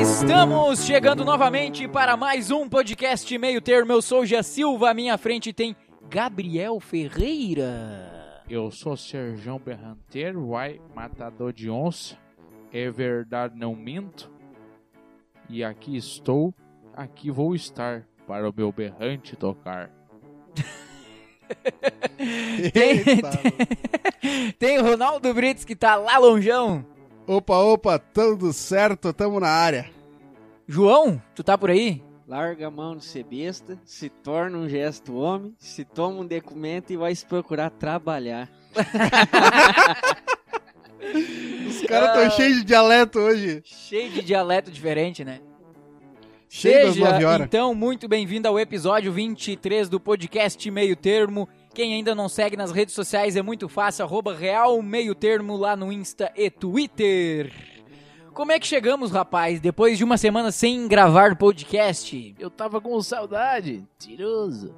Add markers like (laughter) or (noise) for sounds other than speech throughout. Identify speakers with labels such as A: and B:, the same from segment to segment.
A: Estamos chegando novamente para mais um podcast Meio Termo. Eu sou Gia Silva, à minha frente tem Gabriel Ferreira.
B: Eu sou Serjão Berranteiro, uai, matador de onça. É verdade, não minto. E aqui estou, aqui vou estar para o meu berrante
C: (laughs)
B: tocar.
A: Tem, tem o Ronaldo Brits que tá lá longeão.
C: Opa, opa, tudo certo, tamo na área.
A: João, tu tá por aí?
D: Larga a mão de ser besta, se torna um gesto homem, se toma um documento e vai se procurar trabalhar.
C: Os caras
B: Ah.
C: tão cheios de dialeto hoje.
A: Cheio de dialeto diferente, né?
C: Cheio das
A: Seja,
C: 9 horas.
A: então, muito bem-vindo ao episódio 23 do podcast Meio Termo. Quem ainda não segue nas redes sociais é muito fácil, arroba Real Meio Termo lá no Insta e Twitter. Como é que chegamos, rapaz, depois de uma semana sem gravar podcast?
B: Eu tava com saudade, tiroso.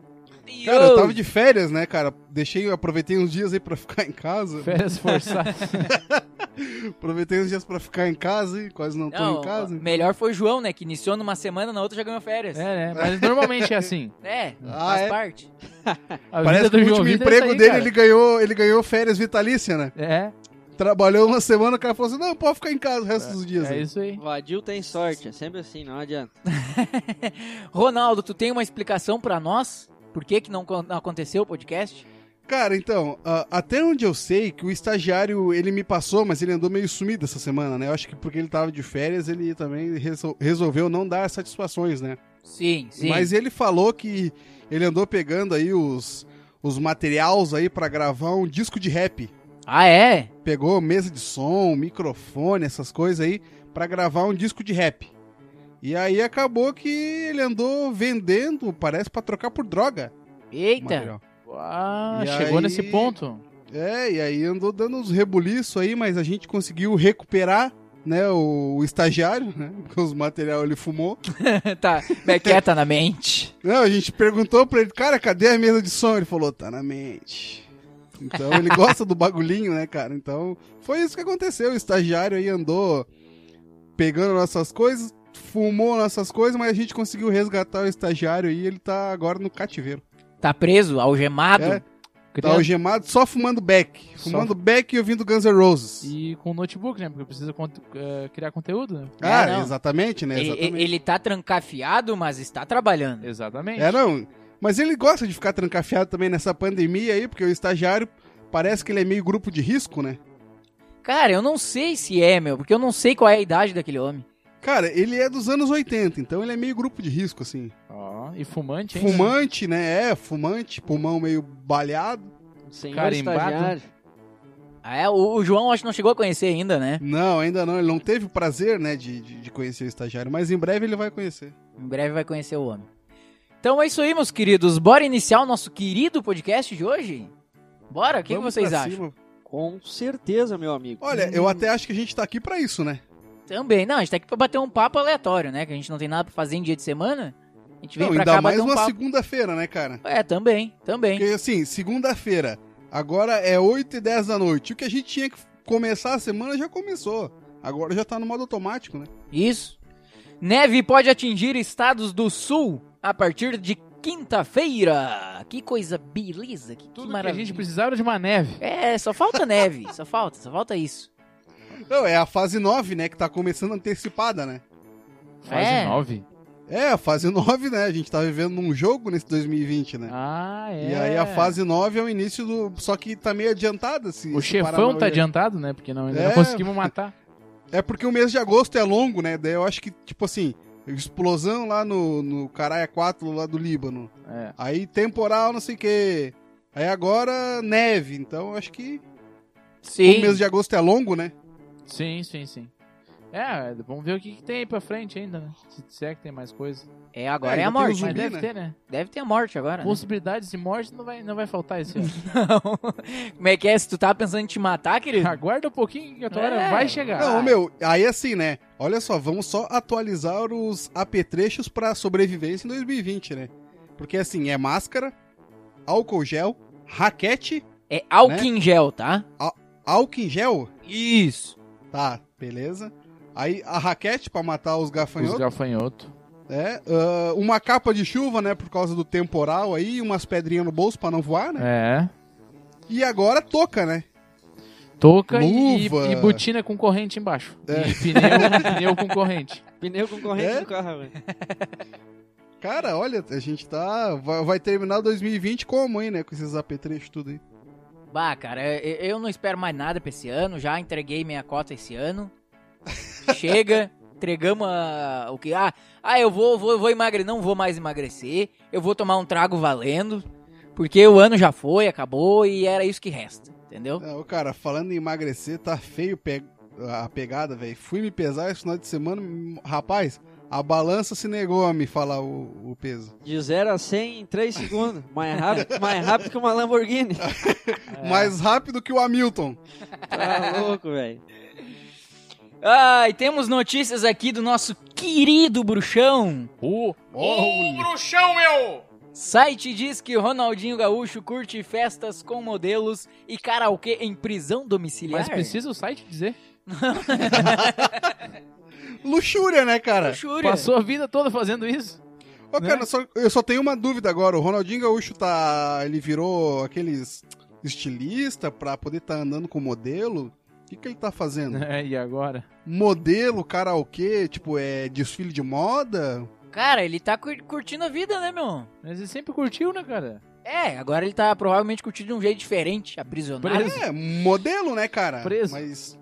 C: Cara, eu tava de férias, né, cara? Deixei, aproveitei uns dias aí pra ficar em casa.
B: Férias forçadas.
C: Aproveitei uns dias pra ficar em casa e quase não tô
A: Não,
C: em casa.
A: melhor foi o João, né, que iniciou numa semana, na outra já ganhou
B: (laughs) é,
A: férias. É,
B: né? Mas normalmente é assim.
C: Ah,
A: faz
C: é?
A: parte.
B: A
C: Parece
B: vida
C: que
B: do
C: o
B: João
C: último
B: Vitor é
C: emprego
B: isso aí,
C: dele,
B: cara.
C: ele ganhou, ele ganhou férias vitalícia, né?
B: É,
C: Trabalhou uma semana, o cara falou assim, não, pode ficar em casa o resto dos dias.
B: é
C: aí.
B: isso aí.
D: Vadil tem sorte, é sempre assim, não adianta.
A: Ronaldo, tu tem uma explicação pra nós? Por que que não con- não aconteceu o podcast?
C: Cara, então, ah, até onde eu sei que o estagiário, ele me passou, mas ele andou meio sumido essa semana, né? Eu acho que porque ele tava de férias, ele também resol- resolveu não dar satisfações, né?
A: Sim, sim.
C: Mas ele falou que ele andou pegando aí os, os materiais aí pra gravar um disco de rap.
A: Ah, é?
C: Pegou mesa de som, microfone, essas coisas aí, pra gravar um disco de rap. E aí acabou que ele andou vendendo, parece, pra trocar por droga. o
A: Eita.
C: material.
B: Ah,
C: E
B: chegou
C: aí-
B: nesse ponto.
C: É, e aí andou dando uns rebuliço aí, mas a gente conseguiu recuperar, né, o, o estagiário, né, (laughs) porque os material ele fumou.
A: (laughs) tá, mequeta na mente.
C: Não, a gente perguntou pra ele, cara, cadê a mesa de som? Ele falou, tá na mente. Então ele gosta do bagulhinho, né, cara? Então foi isso que aconteceu. O estagiário aí andou pegando nossas coisas, fumou nossas coisas, mas a gente conseguiu resgatar o estagiário e ele tá agora no cativeiro.
A: Tá preso, algemado.
C: É, Tá
B: Criança-
C: algemado só fumando back.
B: Só
C: Fumando back e ouvindo Guns N' Roses.
B: E com notebook, né? Porque precisa cont- eh, criar conteúdo, né?
C: Ah,
A: É, não.
C: exatamente, né?
A: ele,
C: Exatamente.
A: ele tá trancafiado, mas está trabalhando.
B: Exatamente.
C: É, não. Mas ele gosta de ficar trancafiado também nessa pandemia aí, porque o estagiário parece que ele é meio grupo de risco, né?
A: Cara, eu não sei se é, meu, porque eu não sei qual é a idade daquele homem.
C: Cara, ele é dos anos 80, então ele é meio grupo de risco, assim.
B: Ó, e fumante, hein?
C: Fumante, né? É, fumante, pulmão meio balhado.
D: O Um senhor
B: Carimbado.
D: estagiário.
A: Ah, é, o, o João acho que não chegou a conhecer ainda, né?
C: Não, ainda não. Ele não teve o prazer, né, de, de, de conhecer o estagiário, mas em breve ele vai conhecer.
A: Em breve vai conhecer o homem. Então é isso aí, meus queridos. Bora iniciar o nosso querido podcast de hoje? Bora, o que, que
C: Vamos
A: vocês
C: pra
A: acham?
C: cima.
D: Com certeza, meu amigo.
C: Olha, eu até acho que a gente tá aqui pra isso, né?
A: Também, não, a gente tá aqui pra bater um papo aleatório, né? Que a gente não tem nada pra fazer em dia de semana. A gente vem
C: Não,
A: pra
C: ainda
A: cá
C: mais
A: bater um
C: uma
A: papo.
C: segunda-feira, né, cara?
A: É, também, também.
C: Porque, assim, segunda-feira, agora é 8 e 10 da noite. O que a gente tinha que começar a semana já começou. Agora já tá no modo automático, né?
A: Isso. Neve pode atingir estados do sul a partir de quinta-feira. Que coisa beleza, que, que
B: Tudo que a
A: maravilha.
B: gente precisava de uma neve.
A: É, só falta neve,
C: (laughs)
A: só falta, só falta isso.
C: Não, é a fase 9, né, que tá começando antecipada, né?
B: Fase
A: É.
B: 9.
C: É, a fase (laughs) 9, né? A gente tá vivendo num jogo nesse 2020, né?
B: Ah, é.
C: E aí a fase 9 é o início do. Só que tá meio adiantada. Se,
B: O
C: se
B: chefão
C: parar
B: tá
C: na-
B: adiantado, né? Porque não, ainda
C: É.
B: não conseguimos matar.
C: É porque o mês de agosto é longo, né? Daí eu acho que, tipo assim, explosão lá no, no Caraia 4 lá do Líbano.
B: É.
C: Aí temporal, não sei o quê. Aí agora neve. Então eu acho que o
A: Sim.
C: Um mês de agosto é longo, né?
B: Sim, sim, sim. É, vamos ver o que, que tem aí pra frente ainda, né? Se disser que tem mais coisa.
A: É, agora
C: É,
A: é, a
C: ainda tem
A: morte.
C: os
B: Mas
C: zumbi,
B: deve
C: né?
B: ter, né?
A: Deve ter a morte agora, né?
B: Possibilidades de morte não vai, não vai faltar esse
C: (laughs)
B: ano.
A: Não. (laughs) Como é que é? Se tu tava pensando em te matar,
C: (laughs)
A: querido?
B: Aguarda um pouquinho que a tua hora
A: É.
B: vai chegar.
C: Não, meu, aí assim, né? Olha só, vamos só atualizar os apetrechos pra sobrevivência em 2020, né? Porque assim, é máscara, álcool gel, raquete,
A: É
C: Né?
A: álcool em gel, tá?
C: álcool em gel,
A: Isso.
C: Tá, beleza. Aí a raquete pra matar os gafanhotos.
B: Os gafanhotos.
C: É, ah, uma capa de chuva, né, por causa do temporal aí, umas pedrinhas no bolso pra não voar, né?
B: É.
C: E agora toca, né?
B: Touca e,
C: Luva.
B: e botina com corrente embaixo. E pneu, (laughs) pneu com corrente.
D: Pneu com corrente
C: É?
D: do carro, velho.
C: Cara, olha, a gente tá. Vai, vai terminar 2020 como, hein, né? Com esses apetrechos tudo aí.
A: Bah, cara, eu eu não espero mais nada pra esse ano. Já entreguei minha cota esse ano. Chega, (laughs) entregamos a- o que? Ah, ah eu vou, vou, vou emagrecer. Não vou mais emagrecer. Eu vou tomar um trago valendo. Porque o ano já foi, acabou e era isso que resta, entendeu?
C: É, ô, cara, falando em emagrecer, tá feio pe- a pegada, velho. Fui me pesar esse final de semana, hum, rapaz, a balança se negou a me falar o, o peso.
D: De 0 a 100 em 3 segundos. Mais rápido, mais rápido que uma Lamborghini.
C: Mais rápido que o Hamilton.
D: Tá louco, velho.
A: Ah, e temos notícias aqui do nosso querido bruxão.
B: O
A: Site diz que Ronaldinho Gaúcho curte festas com modelos e karaokê em prisão domiciliar.
B: Mas precisa o site dizer.
C: Luxúria, né, cara?
A: Luxúria.
B: Passou a vida toda fazendo isso. (laughs)
C: Ô,
B: né?
C: cara, só- eu só tenho uma dúvida agora. O Ronaldinho Gaúcho tá. Ele virou aqueles estilista pra poder tá andando com modelo. O que, que ele tá fazendo?
B: É, e agora?
C: Modelo, karaokê, tipo, é desfile de moda?
A: Cara, ele tá cur- curtindo a vida, né, meu?
B: Mas ele sempre curtiu, né, cara?
A: É, agora ele tá provavelmente curtindo de um jeito diferente, aprisionado.
B: Preso.
C: É, modelo, né, cara?
B: Preso.
C: Mas.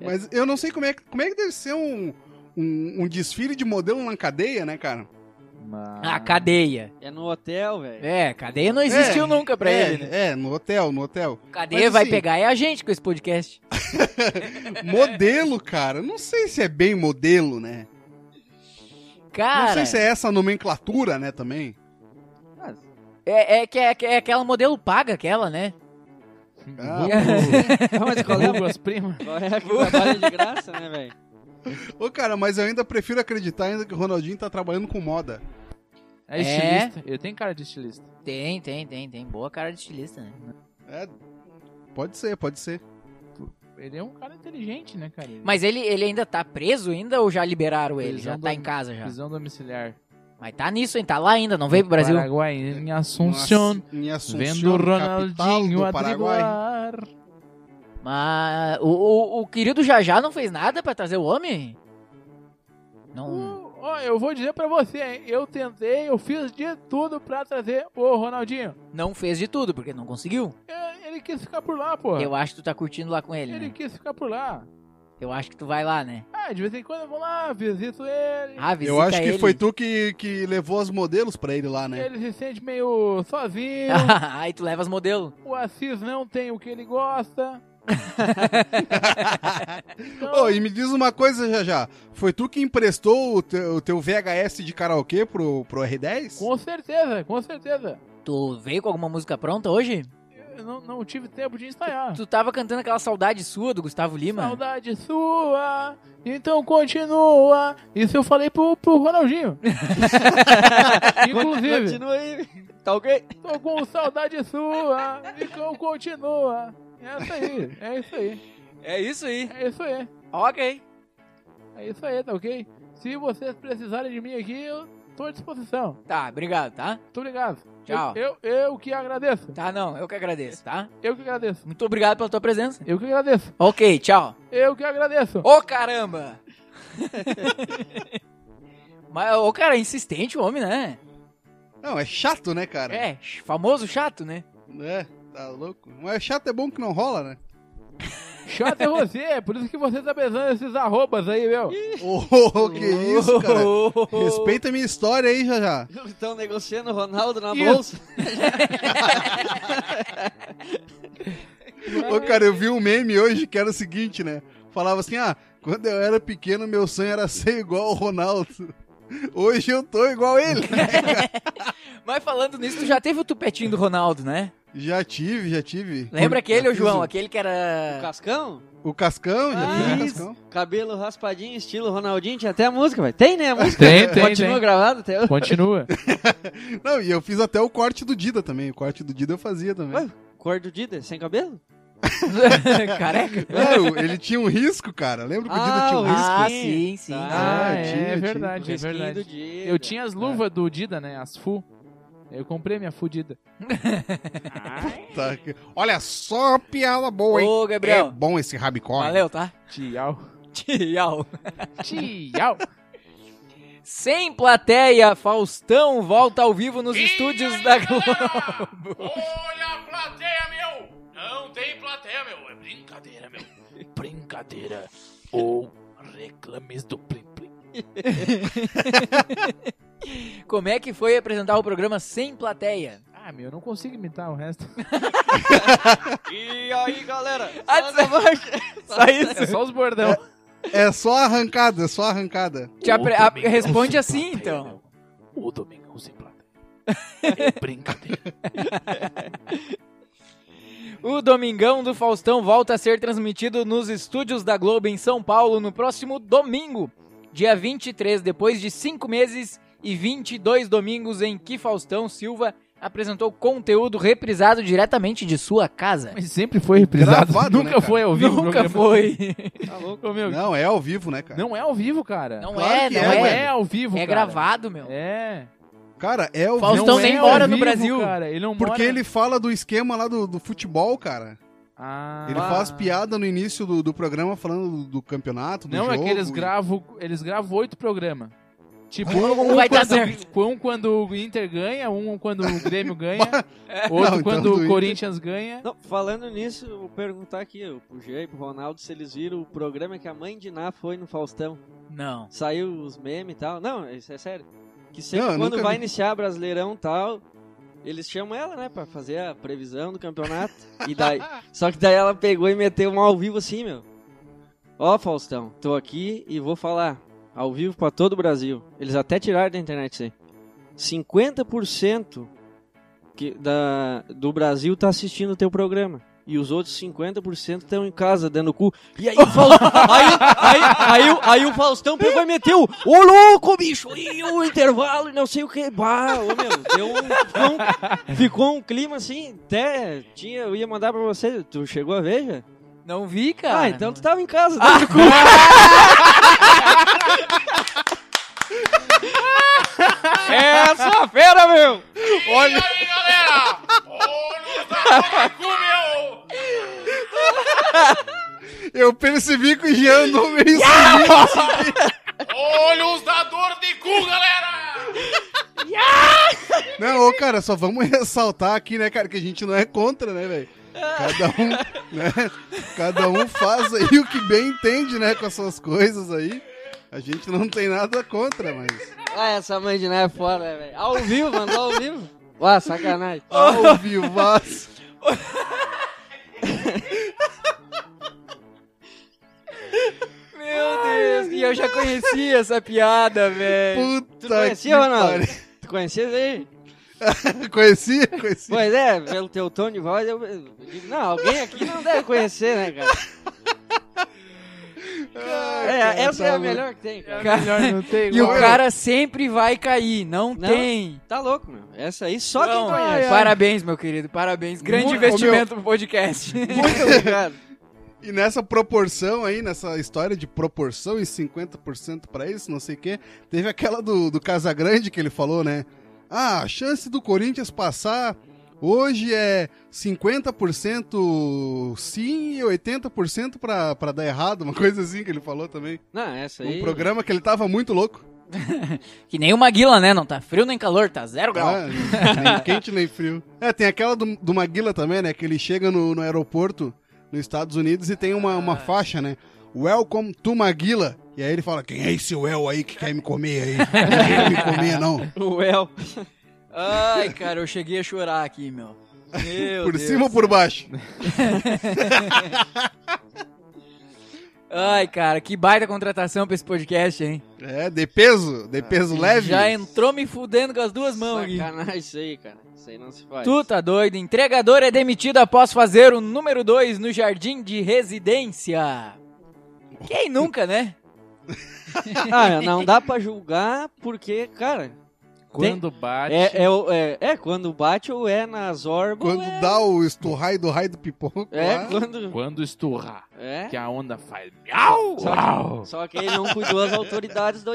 C: Mas eu não sei como é que, como é que deve ser um, um, um desfile de modelo na cadeia, né, cara?
B: Mas...
A: Ah, cadeia.
D: É no hotel, velho.
A: É, cadeia não existiu
C: É,
A: nunca pra
C: é,
A: ele, né?
C: É, no hotel, no hotel.
A: Cadeia
C: mas,
A: vai
C: assim,
A: pegar é a gente com esse podcast.
C: Modelo, cara, não sei se é bem modelo, né?
A: Cara,
C: Não sei se é essa a nomenclatura, né, também.
A: é, é que é, que é aquela modelo paga, aquela, né?
C: Ah,
A: (laughs)
D: Mas qual é,
B: Rugo, as primas.
D: qual é a que trabalha de graça, né, velho?
C: Ô, cara, mas eu ainda prefiro acreditar ainda que o Ronaldinho tá trabalhando com moda.
B: É estilista. Ele tem cara de estilista.
A: Tem, tem, tem, tem. Boa cara de estilista, né?
C: É, pode ser, pode ser.
B: Ele é um cara inteligente, né, cara? Ele-
A: Mas ele, ele ainda tá preso ainda ou já liberaram ele?
B: Prisão
A: Já tá
B: dom-
A: em casa já.
B: Prisão domiciliar.
A: Mas tá nisso, hein? Tá lá ainda, não veio pro Brasil.
B: Paraguai, em Assunção.
C: Nossa, Em Assunção,
B: Vendo o
C: capital
B: Ronaldinho
C: do
B: a
C: Paraguai.
B: driblar.
A: Mas o, o, o querido Jajá não fez nada pra trazer o homem?
C: Hum.
A: Não.
B: Uh, ó, eu vou dizer pra você, hein? Eu tentei, eu fiz de tudo pra trazer o Ronaldinho.
A: Não fez de tudo, porque não conseguiu.
B: É, Ele quis ficar por lá, pô.
A: Eu acho que tu tá curtindo lá com ele,
B: Ele
A: né?
B: quis ficar por lá.
A: Eu acho que tu vai lá, né?
B: Ah, de vez em quando eu vou lá, visito ele.
A: Ah, visita
C: Eu acho que
A: ele.
C: foi tu que, que levou as modelos pra ele lá, né?
B: Ele se sente meio sozinho.
A: (laughs) Aí tu leva os modelos.
B: o Assis não tem o que ele
C: (laughs)
B: gosta. Então,
C: Ô, e me diz uma coisa, já já. Foi tu que emprestou o teu, o teu VHS de karaokê pro, pro R10?
B: Com certeza, com certeza.
A: Tu veio com alguma música pronta hoje?
B: Eu não, não tive tempo de
C: Ah.
B: ensaiar.
A: Tu tava cantando aquela saudade sua do Gustavo Lima?
B: Saudade sua, então continua. Isso eu falei pro, pro
A: (laughs)
B: Ronaldinho. Inclusive,
D: Continua aí. Tá ok?
B: tô com saudade sua, então continua. É isso aí, é isso aí,
A: É isso aí.
B: é isso aí,
A: Ok.
B: é isso aí, tá ok? Se vocês precisarem de mim aqui, eu tô à disposição.
A: Tá, obrigado, tá?
B: Muito obrigado.
A: Tchau.
B: Eu, eu, eu que agradeço,
A: Tá, não, eu que agradeço, tá?
B: eu que agradeço,
A: Muito obrigado pela tua presença.
B: eu que agradeço,
A: Ok, tchau.
B: eu que agradeço.
A: Ô, caramba! (laughs) Mas, ô, cara, é insistente o homem, né?
C: Não, é chato, né, cara?
A: É, ch- famoso chato, né?
C: É, tá louco. Mas chato é bom que não
B: (laughs)
C: rola, né?
B: Chato é você, por isso que você tá pesando esses arrobas aí, meu.
C: Ô, que
B: (laughs)
C: isso, cara.
A: (laughs)
C: Respeita a minha história aí, já já.
D: Estão negociando o Ronaldo na
B: Isso.
D: bolsa.
C: Ô, cara, eu vi um meme hoje que era o seguinte, né? Falava assim, ah, quando eu era pequeno, meu sonho era ser igual ao Ronaldo. Hoje eu tô igual a ele.
A: Mas falando nisso, tu já teve o tupetinho do Ronaldo, né?
C: já tive, já tive.
A: Lembra aquele,
C: Já
A: ô
C: fiz
A: João?
C: o-
A: Aquele que
D: O
A: era.
D: Cascão?
C: O Cascão, já
D: Ah,
C: tive o
D: isso.
C: Cascão.
D: Cabelo raspadinho, estilo Ronaldinho. Tinha até a música, velho. Tem, né? A música.
B: (laughs) Tem, tem,
D: Continua
B: tem.
D: gravado até hoje.
B: Continua.
C: Não, e eu fiz até o corte do Dida também. O corte do Dida eu fazia também.
D: Ué? Cor do Dida, sem cabelo?
A: (laughs) Careca?
C: Não, ele tinha um risco, cara. Lembra que o Dida
D: Ah,
C: tinha um
D: o
C: risco?
A: é? Ah, sim,
D: risquinho.
A: sim.
D: Tá.
B: Ah,
C: Ah, tinha,
B: é
C: tinha.
B: verdade, é
D: Fresquinho
B: verdade.
D: do dia.
B: Eu tinha as luvas do Dida, né? As Fu. Eu comprei minha fudida.
C: Tá. Olha só a piada boa, hein?
A: Ô, Gabriel.
C: É bom esse rabicó.
A: Valeu, tá? (laughs)
B: Tchau.
A: Tchau.
B: Tchau.
A: Sem plateia, Faustão volta ao vivo nos estúdios da Globo.
E: Olha a plateia, meu! Não tem plateia, meu! É brincadeira, meu! Brincadeira ou reclames do Plim Plim.
A: Como é que foi apresentar o programa sem plateia?
B: Ah, meu, eu não consigo imitar o resto.
D: E aí, galera?
A: Ah,
D: Só na marcha.
A: Só
B: É
A: isso.
B: só os bordão.
C: É só arrancada, é só arrancada.
A: Te apre- a- responde assim, então.
E: O Domingão sem
A: (laughs)
E: plateia. É brincadeira.
A: O Domingão do Faustão volta a ser transmitido nos estúdios da Globo em São Paulo no próximo domingo, dia 23, depois de 5 meses e 22 domingos em que Faustão Silva apresentou conteúdo reprisado diretamente de sua casa.
B: Mas sempre foi reprisado.
C: Gravado, né,
B: Nunca
C: cara?
B: foi ao vivo. o
A: Nunca
B: programa.
A: foi.
B: Tá louco, meu. Não,
C: Não, é ao vivo, né, cara?
B: é ao vivo, cara.
A: Não
C: Claro
A: é,
C: que
A: não
B: Não
A: é.
B: é,
A: É,
B: ao vivo, cara.
A: gravado, meu.
B: É.
C: Cara, é ao
A: Faustão Então
C: vivo.
B: Não
A: nem
B: é ao
A: mora no
B: vivo,
A: Brasil.
B: Cara. Ele não
C: Porque
B: mora-
C: ele fala do esquema lá do, do futebol, cara.
B: Ah.
C: Ele faz piada no início do, do programa falando do, do campeonato, do
B: Não,
C: jogo.
B: é que eles gravam, eles gravam oito programas. Tipo,
A: (laughs) Um
B: um,
A: vai tá
B: quando,
A: certo.
B: um quando o Inter ganha, um quando o Grêmio
C: (laughs)
B: ganha,
C: Não,
B: outro
C: então
B: quando
C: do
B: o
C: Inter-
B: Corinthians ganha.
D: Não, falando nisso, eu vou perguntar aqui eu, pro Jean e pro Ronaldo se eles viram o programa que a mãe de Ná foi no Faustão.
A: Não.
D: Saiu os memes e tal. Não, isso é sério. Que sempre
C: Não, eu
D: quando
C: nunca
D: vai
C: vi.
D: iniciar Brasileirão e tal, eles chamam ela, né, pra fazer a previsão do campeonato.
C: (laughs)
D: e daí, só que daí ela pegou e meteu um ao vivo assim, meu. Ó, Faustão, tô aqui e vou falar ao vivo pra todo o Brasil. Eles até tiraram da internet isso aí. 50% que, da, do Brasil tá assistindo o teu programa. E os outros 50% estão em casa, dando cu. E aí, o Faustão, aí, aí, aí, o- aí o Faustão pegou e meteu. Ô louco, bicho! E o intervalo, e não sei o que. Bah, ô meu, deu um, ficou, um, ficou um clima assim, até tinha, eu ia mandar pra você. Tu chegou a ver já?
A: Não vi, cara.
D: Ah, então tu tava em casa, dando cu. Ah. (laughs) Essa fera, meu!
E: Olha aí, galera! Olha o tamanho meu!
C: Eu percebi que o Jean não
D: (laughs) Ah!
C: me isso.
E: Olhos da dor de cu, galera!
C: Não, ô, cara, só vamos (laughs) ressaltar aqui, né, cara, que a gente não é contra, né, velho? Cada
D: (laughs)
C: um, né? Cada um faz aí o que bem entende, né, com as suas coisas aí. A gente não tem nada contra,
D: (laughs)
C: mas
D: Ah, essa mãe de nada é foda, né, velho. Ao vivo, mandou ao vivo. Ué, sacanagem.
C: ao vivaço.
A: Meu Deus, e eu já conhecia essa piada, velho.
C: Puta
D: É, conhecia,
C: que
D: Ronaldo?
C: pariu.
D: Tu conhecia isso aí?
C: (laughs) Conhecia, conhecia.
D: Pois é, pelo teu tom de voz, eu eu digo, não, alguém aqui não deve conhecer,
C: (laughs)
D: né, cara? É,
C: cara,
D: essa é
C: tá
D: a melhor que tem,
A: (laughs)
D: cara.
A: Cara,
B: Melhor não tem
A: E o
B: igual.
A: cara sempre vai cair, não,
D: Não?
A: tem.
D: Tá louco, meu. Essa aí só
A: Não,
B: é.
C: (laughs)
D: quem conhece.
A: Parabéns, meu querido, parabéns. Grande
C: Muito-
A: investimento pro podcast.
D: Muito obrigado.
C: E nessa proporção aí, nessa história de proporção e 50% pra isso, não sei o quê, teve aquela do, do Casagrande que ele falou, né? Ah, a chance do Corinthians passar hoje é 50% sim e 80% pra, pra dar errado, uma coisa assim que ele falou também.
D: Não, essa aí.
C: Um programa que ele tava muito louco.
A: que nem uma guila, né? Não tá frio nem calor, tá zero grau.
C: Ah, nem quente nem frio. É, tem aquela do, do Maguila também, né? Que ele chega no, no aeroporto nos Estados Unidos e tem uma, uma faixa, né? Welcome to Maguila. E aí ele fala, quem é esse Well aí que quer me comer aí? Não quer me comer, não.
D: O El.
A: Ai, cara, eu cheguei a chorar aqui, meu. Meu
C: por
A: Deus.
C: cima ou por baixo?
A: Ai, cara, que baita contratação pra esse podcast, hein?
C: É, de peso, de peso leve.
A: Já entrou me fudendo com as duas mãos aqui.
D: Sacanagem isso aí, cara. Isso aí não se faz.
A: Tu tá doido? Entregador é demitido após fazer o número 2 no jardim de residência. Quem
C: (laughs)
A: nunca, né?
D: Ah, não dá pra julgar porque, cara,
B: Quando bate.
D: É, é, o- é, é, quando bate ou é nas orbas.
C: Quando
D: ou é,
C: dá o esturrai do raio do pipoco.
D: É,
C: lá,
D: quando.
B: Quando esturrar.
D: É.
B: Que a onda faz. Miau!
D: Só que-
B: Uau!
D: Só que ele não cuidou as autoridades do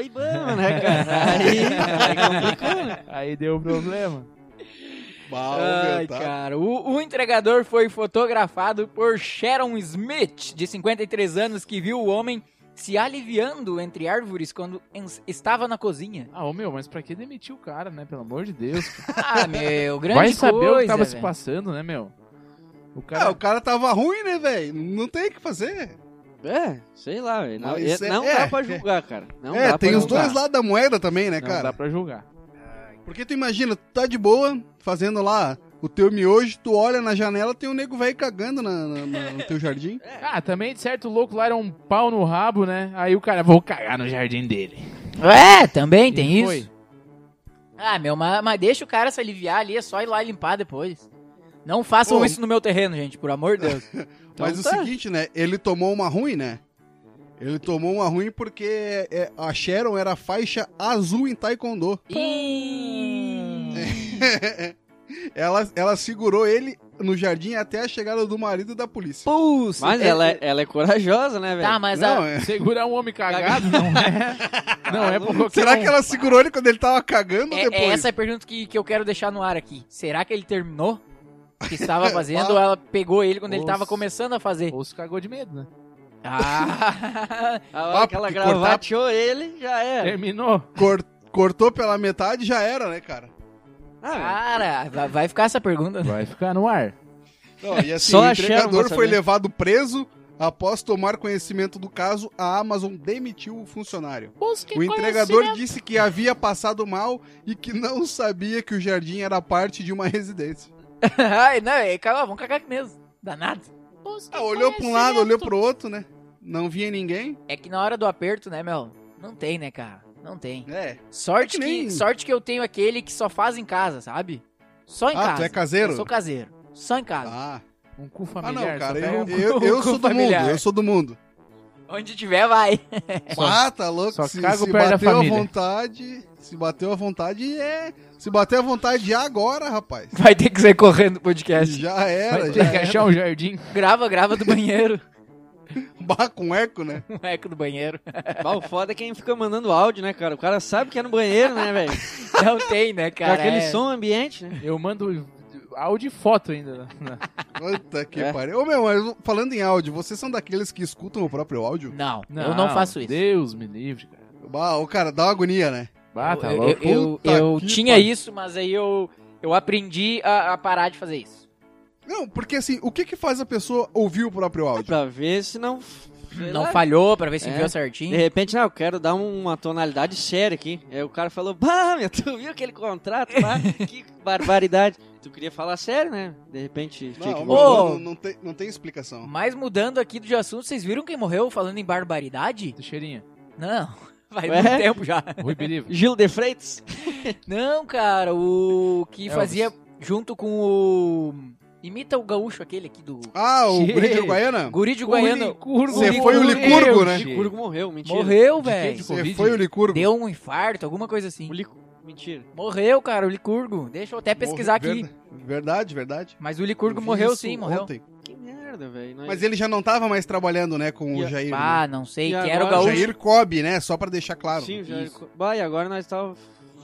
C: (laughs)
D: Ibama, né, cara? Aí, aí complicou. né?
B: Aí deu problema.
C: mal,
A: Ai,
C: meu, tá?
A: cara. O, o entregador foi fotografado por Sharon Smith, de 53 anos, que viu o homem se aliviando entre árvores quando ens- estava na cozinha.
B: Ah, ô meu, mas pra que demitir o cara, né? Pelo amor de Deus.
A: Ah, meu, grande
B: Vai saber
A: coisa,
B: o que tava se
A: velho.
B: passando, né, meu? O cara.
C: Ah, o cara tava ruim, né, velho? Não tem o que fazer.
D: É, sei lá, velho. Não,
C: Mas
D: é-
C: é-
D: não
C: é,
D: dá pra julgar, cara. Não
C: é,
D: dá
C: tem
D: pra
C: os
D: julgar.
C: dois lados da moeda também, né,
B: não
C: cara?
B: dá pra julgar.
C: Porque tu imagina, tu tá de boa, fazendo lá o teu miojo, tu olha na janela, tem um nego velho cagando na, na- na- no teu jardim.
A: É,
B: Ah, também, de certo, o louco lá era um pau no rabo, né? Aí o cara, vou cagar no jardim dele.
A: É, também tem
B: E
A: isso.
B: foi.
A: Ah, meu, mas, mas deixa o cara se aliviar ali, é só ir lá limpar depois. Não façam
C: Pô.
A: isso no meu terreno, gente, por amor de Deus.
C: (laughs) Mas
A: tá.
C: o seguinte, né? Ele tomou uma ruim, né? Ele tomou uma ruim porque é, a Sharon era faixa azul em Taekwondo.
A: Ih.
C: (laughs) Ela, ela segurou ele no jardim até a chegada do marido da polícia.
A: Pulse.
D: Mas ela é, ela é corajosa, né, velho?
A: Tá, mas
C: Não,
A: a...
C: é.
B: Segurar um homem cagado não é. Não é por
A: (laughs)
B: qualquer
C: Será
B: um.
C: que ela segurou ele quando ele tava cagando
A: é- é
C: depois?
A: essa a pergunta que, que eu quero deixar no ar aqui. Será que ele terminou? O
C: (laughs)
A: que estava fazendo, ou ela pegou ele quando ele
B: Nossa.
A: estava começando a fazer.
B: um Ou se cagou de medo, né?
C: (laughs)
A: Ah,
D: A hora que
C: Papo
D: ela
C: que cortar-
D: gravateou ele, já era.
B: Terminou.
C: Cor- cortou pela metade já era, né, cara?
D: Ah,
A: cara, va- vai ficar essa pergunta. né?
B: Vai ficar no ar.
C: Não, e assim,
D: Só
C: o
D: a Sharon
C: entregador
D: vai
C: foi
D: saber.
C: levado preso. Após tomar conhecimento do caso, a Amazon demitiu o funcionário. o entregador disse que havia passado mal e que não sabia que o jardim era parte de uma residência.
A: (laughs) Ai, não, é, calma, vamos cagar aqui mesmo. Danado.
C: Ah, olhou pra um lado, olhou pro outro, né? Não via ninguém.
A: É que na hora do aperto, né, meu? Não tem, né, cara? Não tem.
C: É.
A: Sorte,
C: É
A: que,
C: que nem-
A: sorte que eu tenho aquele que só faz em casa, sabe? Só em
C: Ah,
A: casa.
C: tu é caseiro?
A: Eu sou caseiro. Só em casa.
C: Ah,
B: Um cu
C: ah
B: familiar.
C: não, cara.
B: só
C: Eu,
B: pega
C: eu, eu
A: Um
C: sou do
A: familiar.
C: mundo, eu sou do mundo.
A: Onde tiver, vai. (laughs)
B: Só-
C: ah, tá louco.
B: É. só
C: se
B: cago
C: se
B: perto da
C: bateu à
B: família.
C: vontade, se bateu à vontade, é... Se bater à vontade é agora, rapaz.
A: Vai ter que sair correndo o podcast.
C: Já
B: um-
C: era,
B: Vai
C: já
B: ter que
C: era.
B: achar um jardim.
A: Grava, grava do banheiro. (laughs)
C: (laughs) Bah, com eco, né?
A: Um eco do banheiro.
D: bah, o foda é quem fica mandando áudio, né, cara? O cara sabe que é no banheiro,
A: (laughs)
D: né, velho?
A: Não tem, né,
D: Com
A: cara?
D: aquele
A: É-
D: som ambiente, né?
B: Eu mando áudio e foto ainda. né?
C: Puta que
D: É.
C: pariu. Ô, meu, mas falando em áudio, vocês são daqueles que escutam o próprio áudio?
A: Não, eu não faço isso.
B: Deus me livre, cara.
C: Bah, o cara dá uma agonia, né?
B: Ah, tá
A: eu, eu-
B: louco.
A: eu-
C: Puta
A: eu
C: que
A: tinha
C: pariu.
A: isso, mas aí eu, eu aprendi a, a parar de fazer isso.
C: Não, porque assim, o que que faz a pessoa ouvir o próprio áudio?
D: Pra ver se não. sei
A: Não
D: lá.
A: falhou pra ver se
D: É.
A: enviou
D: De
A: certinho.
D: repente, não, eu quero dar um, uma tonalidade séria aqui. Aí o cara falou, bah, meu, (laughs) tu viu aquele contrato lá? que barbaridade. Tu queria falar sério, né? De repente, tinha que
C: Não,
A: meu,
D: mudar.
A: Ô!
C: não, não tem, não tem explicação.
A: Mas mudando aqui de assunto, vocês viram quem morreu falando em barbaridade?
B: Cheirinha.
A: Não, (laughs) faz
D: Ué?
A: muito tempo já. (laughs)
B: Rui Belive.
D: Gil de Freitas.
A: Não, cara, o que
B: Elvis.
A: fazia junto com o. Imita o gaúcho aquele aqui do.
C: Ah, o
B: Che-
C: Guri de Uruguaiana?
A: Guri de Guaiana.
B: Licurgo.
C: Você foi o
A: É,
C: Licurgo, né?
D: O Licurgo morreu, mentira.
A: Morreu,
B: De quê?
A: velho.
B: De
C: Você
B: Covid?
C: foi o Licurgo?
A: Deu um infarto, alguma coisa assim.
D: O Licurgo. Mentira.
A: Morreu, cara, o Licurgo. Deixa eu até pesquisar
C: Morre-
A: aqui.
C: Verda- Verdade, verdade.
A: Mas o
C: Eu
A: Licurgo
C: vi
A: morreu
C: isso
A: sim, morreu.
C: ontem.
D: Que merda, velho. Nós-
C: Mas ele já não tava mais trabalhando, né, com
D: E
C: o
D: a-
C: Jair. né?
A: Ah, não sei,
D: E
A: que era o
D: agora-
C: O
A: gaúcho.
C: Jair Cobb, né? Só pra deixar claro.
D: Sim, já...
C: Isso.
D: Bah, e agora nós tava...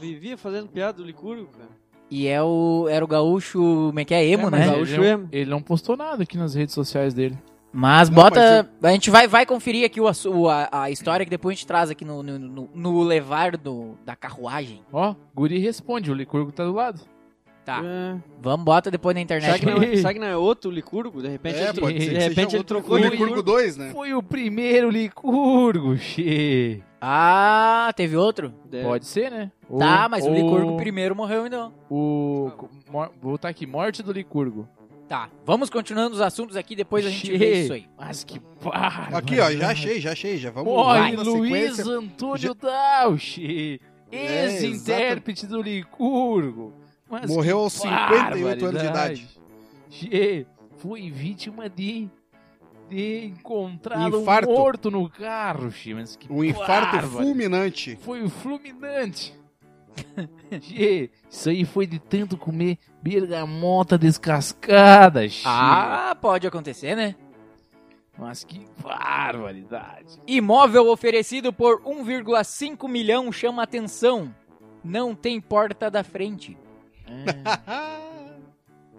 D: Vivia fazendo piada do Licurgo, cara.
A: E é o, era o gaúcho, como é que é, emo,
B: É,
A: né?
B: mas
D: Gaúcho
B: Ele não,
D: emo.
B: ele não postou nada aqui nas redes sociais dele.
A: Mas
C: Não,
A: bota. A gente vai, vai conferir aqui o, assu- o- a, a história que depois a gente traz aqui no, no, no- no levar do, da carruagem.
B: Ó, Guri responde, o Licurgo tá do lado.
A: Tá.
D: É.
A: Vamos, bota depois na
D: Será
A: internet.
D: que, não é, será que não é outro Licurgo? De repente,
C: É,
D: ele,
C: pode ser
D: de
C: que seja
D: repente ele
C: outro-
D: trocou
C: o
D: de
C: Licurgo 2, né?
B: Foi o primeiro Licurgo, xê.
A: Ah, teve outro?
C: É.
D: De-
B: Pode ser, né? Ou-
A: Tá, mas o
B: ou
A: Licurgo primeiro morreu então.
B: O... mor- Vou botar aqui, morte do Licurgo.
A: Tá, vamos continuando os assuntos aqui, depois a gente vê
B: Xê.
A: isso aí.
B: Mas que né? barra.
C: Aqui, ó, já achei, já achei, já vamos
B: Morre
C: vamos na
B: Luiz
C: sequência.
B: Antônio Dauchi,
C: É,
B: ex-intérprete do Licurgo. Mas
C: Morreu
B: que
C: aos 58 anos de idade.
B: Che, foi vítima de, de encontrá-lo
C: Um Infarto.
B: morto no carro, che, mas que
C: Um infarto
B: bárbaro.
C: fulminante.
B: Foi fulminante. (laughs) Tchê, isso aí foi de tanto comer bergamota descascada, tchê.
A: Ah, pode acontecer, né?
B: Mas que
C: (laughs)
B: barbaridade.
A: Imóvel oferecido por 1,5 milhão chama atenção. Não tem porta da frente.
B: Ah,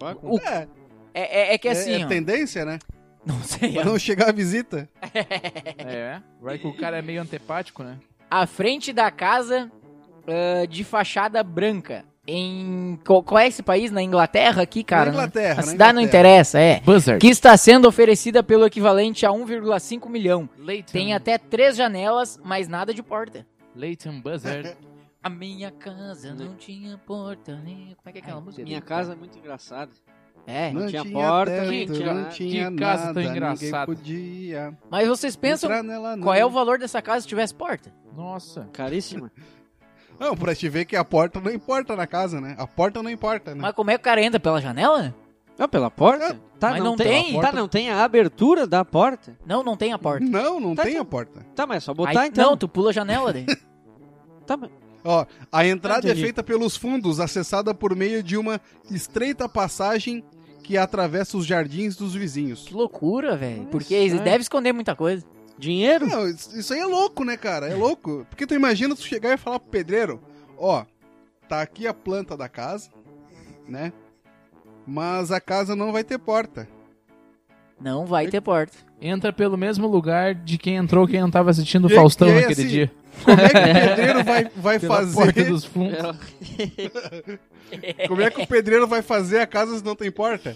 C: (laughs)
A: O-
C: é,
A: É, é- é que
C: é,
A: assim,
C: é
A: ó.
C: tendência, né?
A: (laughs) Não sei.
C: Pra não chegar a visita.
B: é, vai que o cara é meio antepático, né?
A: A frente da casa ah, de fachada branca. Em. Qual, qual é esse país? Na Inglaterra aqui, cara?
C: na
A: né?
C: Inglaterra,
A: A
C: na
A: cidade não
C: Inglaterra.
A: interessa, é.
B: Buzzard.
A: Que está sendo oferecida pelo equivalente a 1,5 milhão.
B: Leighton.
A: Tem até três janelas, mas nada de porta.
B: Leighton Buzzard.
A: A minha casa não tinha porta nem. Como é que é aquela música?
D: Minha casa é muito engraçada.
A: É.
D: Não tinha porta, nem
C: teto,
D: tinha
C: não
D: nada.
C: tinha
B: Que casa tão
C: nada,
B: engraçada.
C: Ninguém podia
A: Mas vocês pensam
C: entrar nela, não.
A: qual é o valor dessa casa se tivesse porta?
B: Nossa.
D: Caríssima.
C: Não, pra te ver que a porta não importa na casa, né? A porta não importa, né?
A: Mas como é que o cara entra pela janela?
D: Ah, pela porta? Tá,
A: Mas
D: não,
A: não
D: tem.
A: tem.
D: Tá, não tem a abertura da porta.
A: Não, não tem a porta.
C: Não, não
D: Tá,
C: tem
D: tá.
C: a porta.
D: Tá, mas é só botar
A: Aí-
D: então.
A: Não, tu pula a janela daí.
D: Tá, mas-
C: Ó, a entrada é
D: Entendi.
C: feita pelos fundos, acessada por meio de uma estreita passagem que atravessa os jardins dos vizinhos.
A: que loucura, velho.
D: Olha
A: Porque
D: só.
B: é.
A: eles devem esconder muita coisa.
D: Dinheiro? (laughs)
C: Não, isso isso aí é louco, né, cara? É louco. Porque tu imagina tu chegar e falar pro pedreiro, ó, tá aqui a planta da casa, né? Mas a casa não vai ter porta.
A: Não vai ter porta.
B: Entra pelo mesmo lugar de quem entrou quem não tava assistindo o
C: E aí-
B: Faustão
C: e
A: é
C: aí,
B: naquele
C: assim,
B: dia.
C: Como é que o pedreiro vai, vai
B: Pela porta
C: fazer?
B: dos fundos.
D: Ela-
C: (laughs) Como é que o pedreiro vai fazer a casa se não tem porta?
A: É.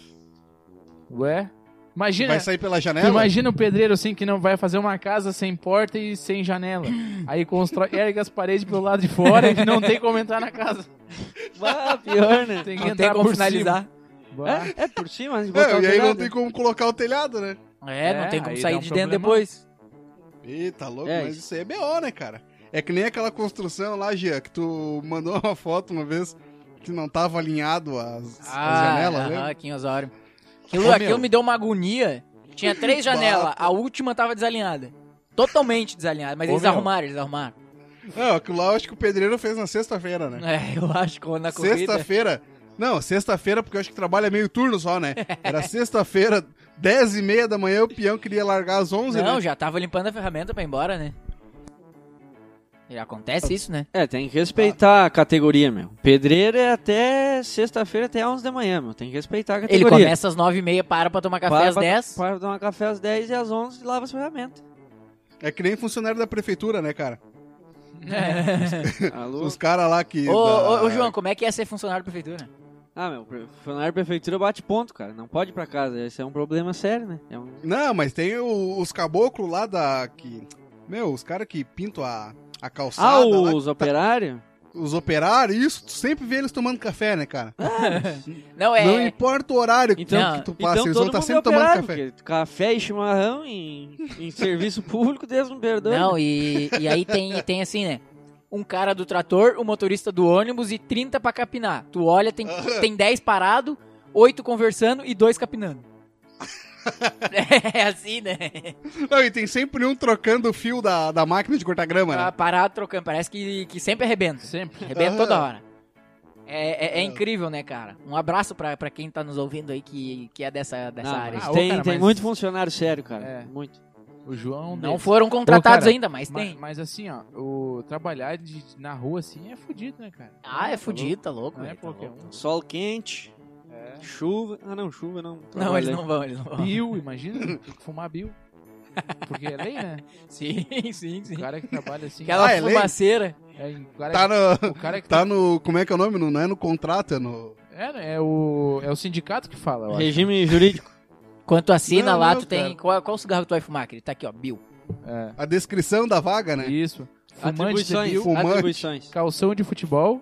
B: Ué? Imagina,
C: Vai sair pela
B: tu
C: janela?
B: imagina o pedreiro assim que não vai fazer uma casa sem porta e sem janela.
A: (laughs)
B: Aí constrói, ergue as paredes pelo lado de fora e não tem como entrar na casa.
D: Ah, pior, né?
B: Tem que
A: Não tem
B: entrar
A: como
B: por
A: finalizar.
B: cima. Bah.
D: É, é por cima, mas botar
C: É,
D: o
C: e aí não
D: telhado.
C: tem como colocar o telhado, né?
A: É,
B: É,
A: não tem como
B: aí
A: sair
B: dá um
A: de dentro
B: problema.
A: depois.
C: Eita, louco,
D: É,
C: mas
D: isso-
C: isso aí é BO, né, cara? É que nem aquela construção lá, Gia, que tu mandou uma foto uma vez que não tava alinhado as, as janelas,
A: Ah, aham,
C: né?
A: aqui em Osório. Aquilo,
B: Ô,
A: aquilo
B: meu.
A: me deu uma agonia. Tinha três janelas, a última tava desalinhada. Totalmente desalinhada, mas
B: Ô,
A: eles
B: meu.
A: arrumaram, eles arrumaram.
C: Não, aquilo lá eu acho que o pedreiro fez na sexta-feira, né?
A: É, (laughs) eu acho que na corrida.
C: Sexta-feira. Não, sexta-feira, porque eu acho que trabalha meio turno só, né? Era sexta-feira, (laughs) 10 e meia da manhã, o peão queria largar às 11,
A: Não,
C: né?
A: já tava limpando a ferramenta pra ir embora, né? Já acontece isso, né?
D: É, tem que respeitar a categoria, meu. Pedreiro é até sexta-feira, até 11 da manhã, meu. Tem que respeitar a
A: Ele
D: categoria.
A: começa às 9h30, para pra tomar café
D: Para
A: às
D: pra-
A: 10.
D: Para tomar café às 10 e às 11 e lava
C: (laughs)
D: as ferramentas.
C: É que nem funcionário da prefeitura, né, cara?
D: Alô?
C: Os caras lá que... (laughs)
A: Ô,
C: da-
A: ô, ô, João, como é que é ser funcionário da prefeitura?
D: Ah, meu, pre- funcionário da prefeitura bate ponto, cara. Não pode ir pra casa. Esse é um problema sério, né? É um...
C: Não, mas tem o- os caboclos lá da... Que, meu, os caras que pintam a, a calçada
D: Ah,
C: lá, tá-
D: os operários?
C: os operários, isso, tu sempre vê eles tomando café, né, cara?
A: Não, é.
C: Não importa o horário que,
D: Então-
C: que tu passa,
D: então
C: eles vão
D: todo
C: estar
D: mundo
C: sempre
D: é
C: tomando
D: operário,
C: café.
D: porque café e chimarrão em,
C: (laughs)
D: em serviço público, Deus me perdoe. né?
A: Não, e, e aí tem, tem assim, né? Um cara do trator, o motorista do ônibus e 30 pra capinar. Tu olha,
C: (laughs)
A: tem, tem 10 parado, 8 conversando e 2
C: (laughs)
A: capinando. é assim, né?
C: Não, e tem sempre um trocando o fio da, da máquina de cortar grama, né?
A: Tá Parado, trocando. Parece que, que sempre arrebenta.
B: Sempre.
A: Arrebenta
C: Aham.
A: toda hora. É, é- é
C: É.
A: incrível, né, cara? Um abraço pra, pra quem tá nos ouvindo aí que, que é dessa, dessa
D: Não,
A: área.
D: mas
B: Ah, ô,
D: tem
B: cara,
D: tem
B: mas-
D: muito funcionário sério, cara.
B: É.
D: Muito.
B: O João
A: Não
B: desse.
A: foram contratados
B: Ô, cara,
A: ainda, mas
B: Ma-
A: tem.
B: Mas, assim, ó, o trabalhar de- na rua assim é fudido, né, cara?
A: Ah, é
B: Tá
A: fudido, tá louco,
B: Não é
A: velho, tá
B: qualquer
A: louco.
B: um.
D: Sol quente,
C: É.
D: chuva. Ah, não, chuva não.
A: Não, eles
D: trabalhei.
A: não vão, eles não vão.
B: Bill, imagina, tem que fumar Bill. Porque é lei, né?
A: (laughs) Sim, sim, sim.
B: O cara que trabalha assim.
A: Aquela
C: Ah, é lei?
A: fumaceira.
B: é, o cara,
C: Tá no, (laughs)
B: o cara que
C: tá no... Como é que é o nome? Não é no contrato, é no...
B: É, né, é o, é o sindicato que
C: Tá
B: fala, eu acho.
D: Regime jurídico.
A: Quando tu assina
C: Não,
A: lá,
C: não,
A: tu tem.
C: cara.
A: Qual, qual cigarro tu vai fumar? Aquele tá aqui, ó, Bill.
B: É,
C: A descrição da vaga, né?
B: Isso. Fumante de
D: Atribuições.
B: Bill,
C: Fumante.
D: Atribuições.
B: calção de
A: (laughs)
B: futebol,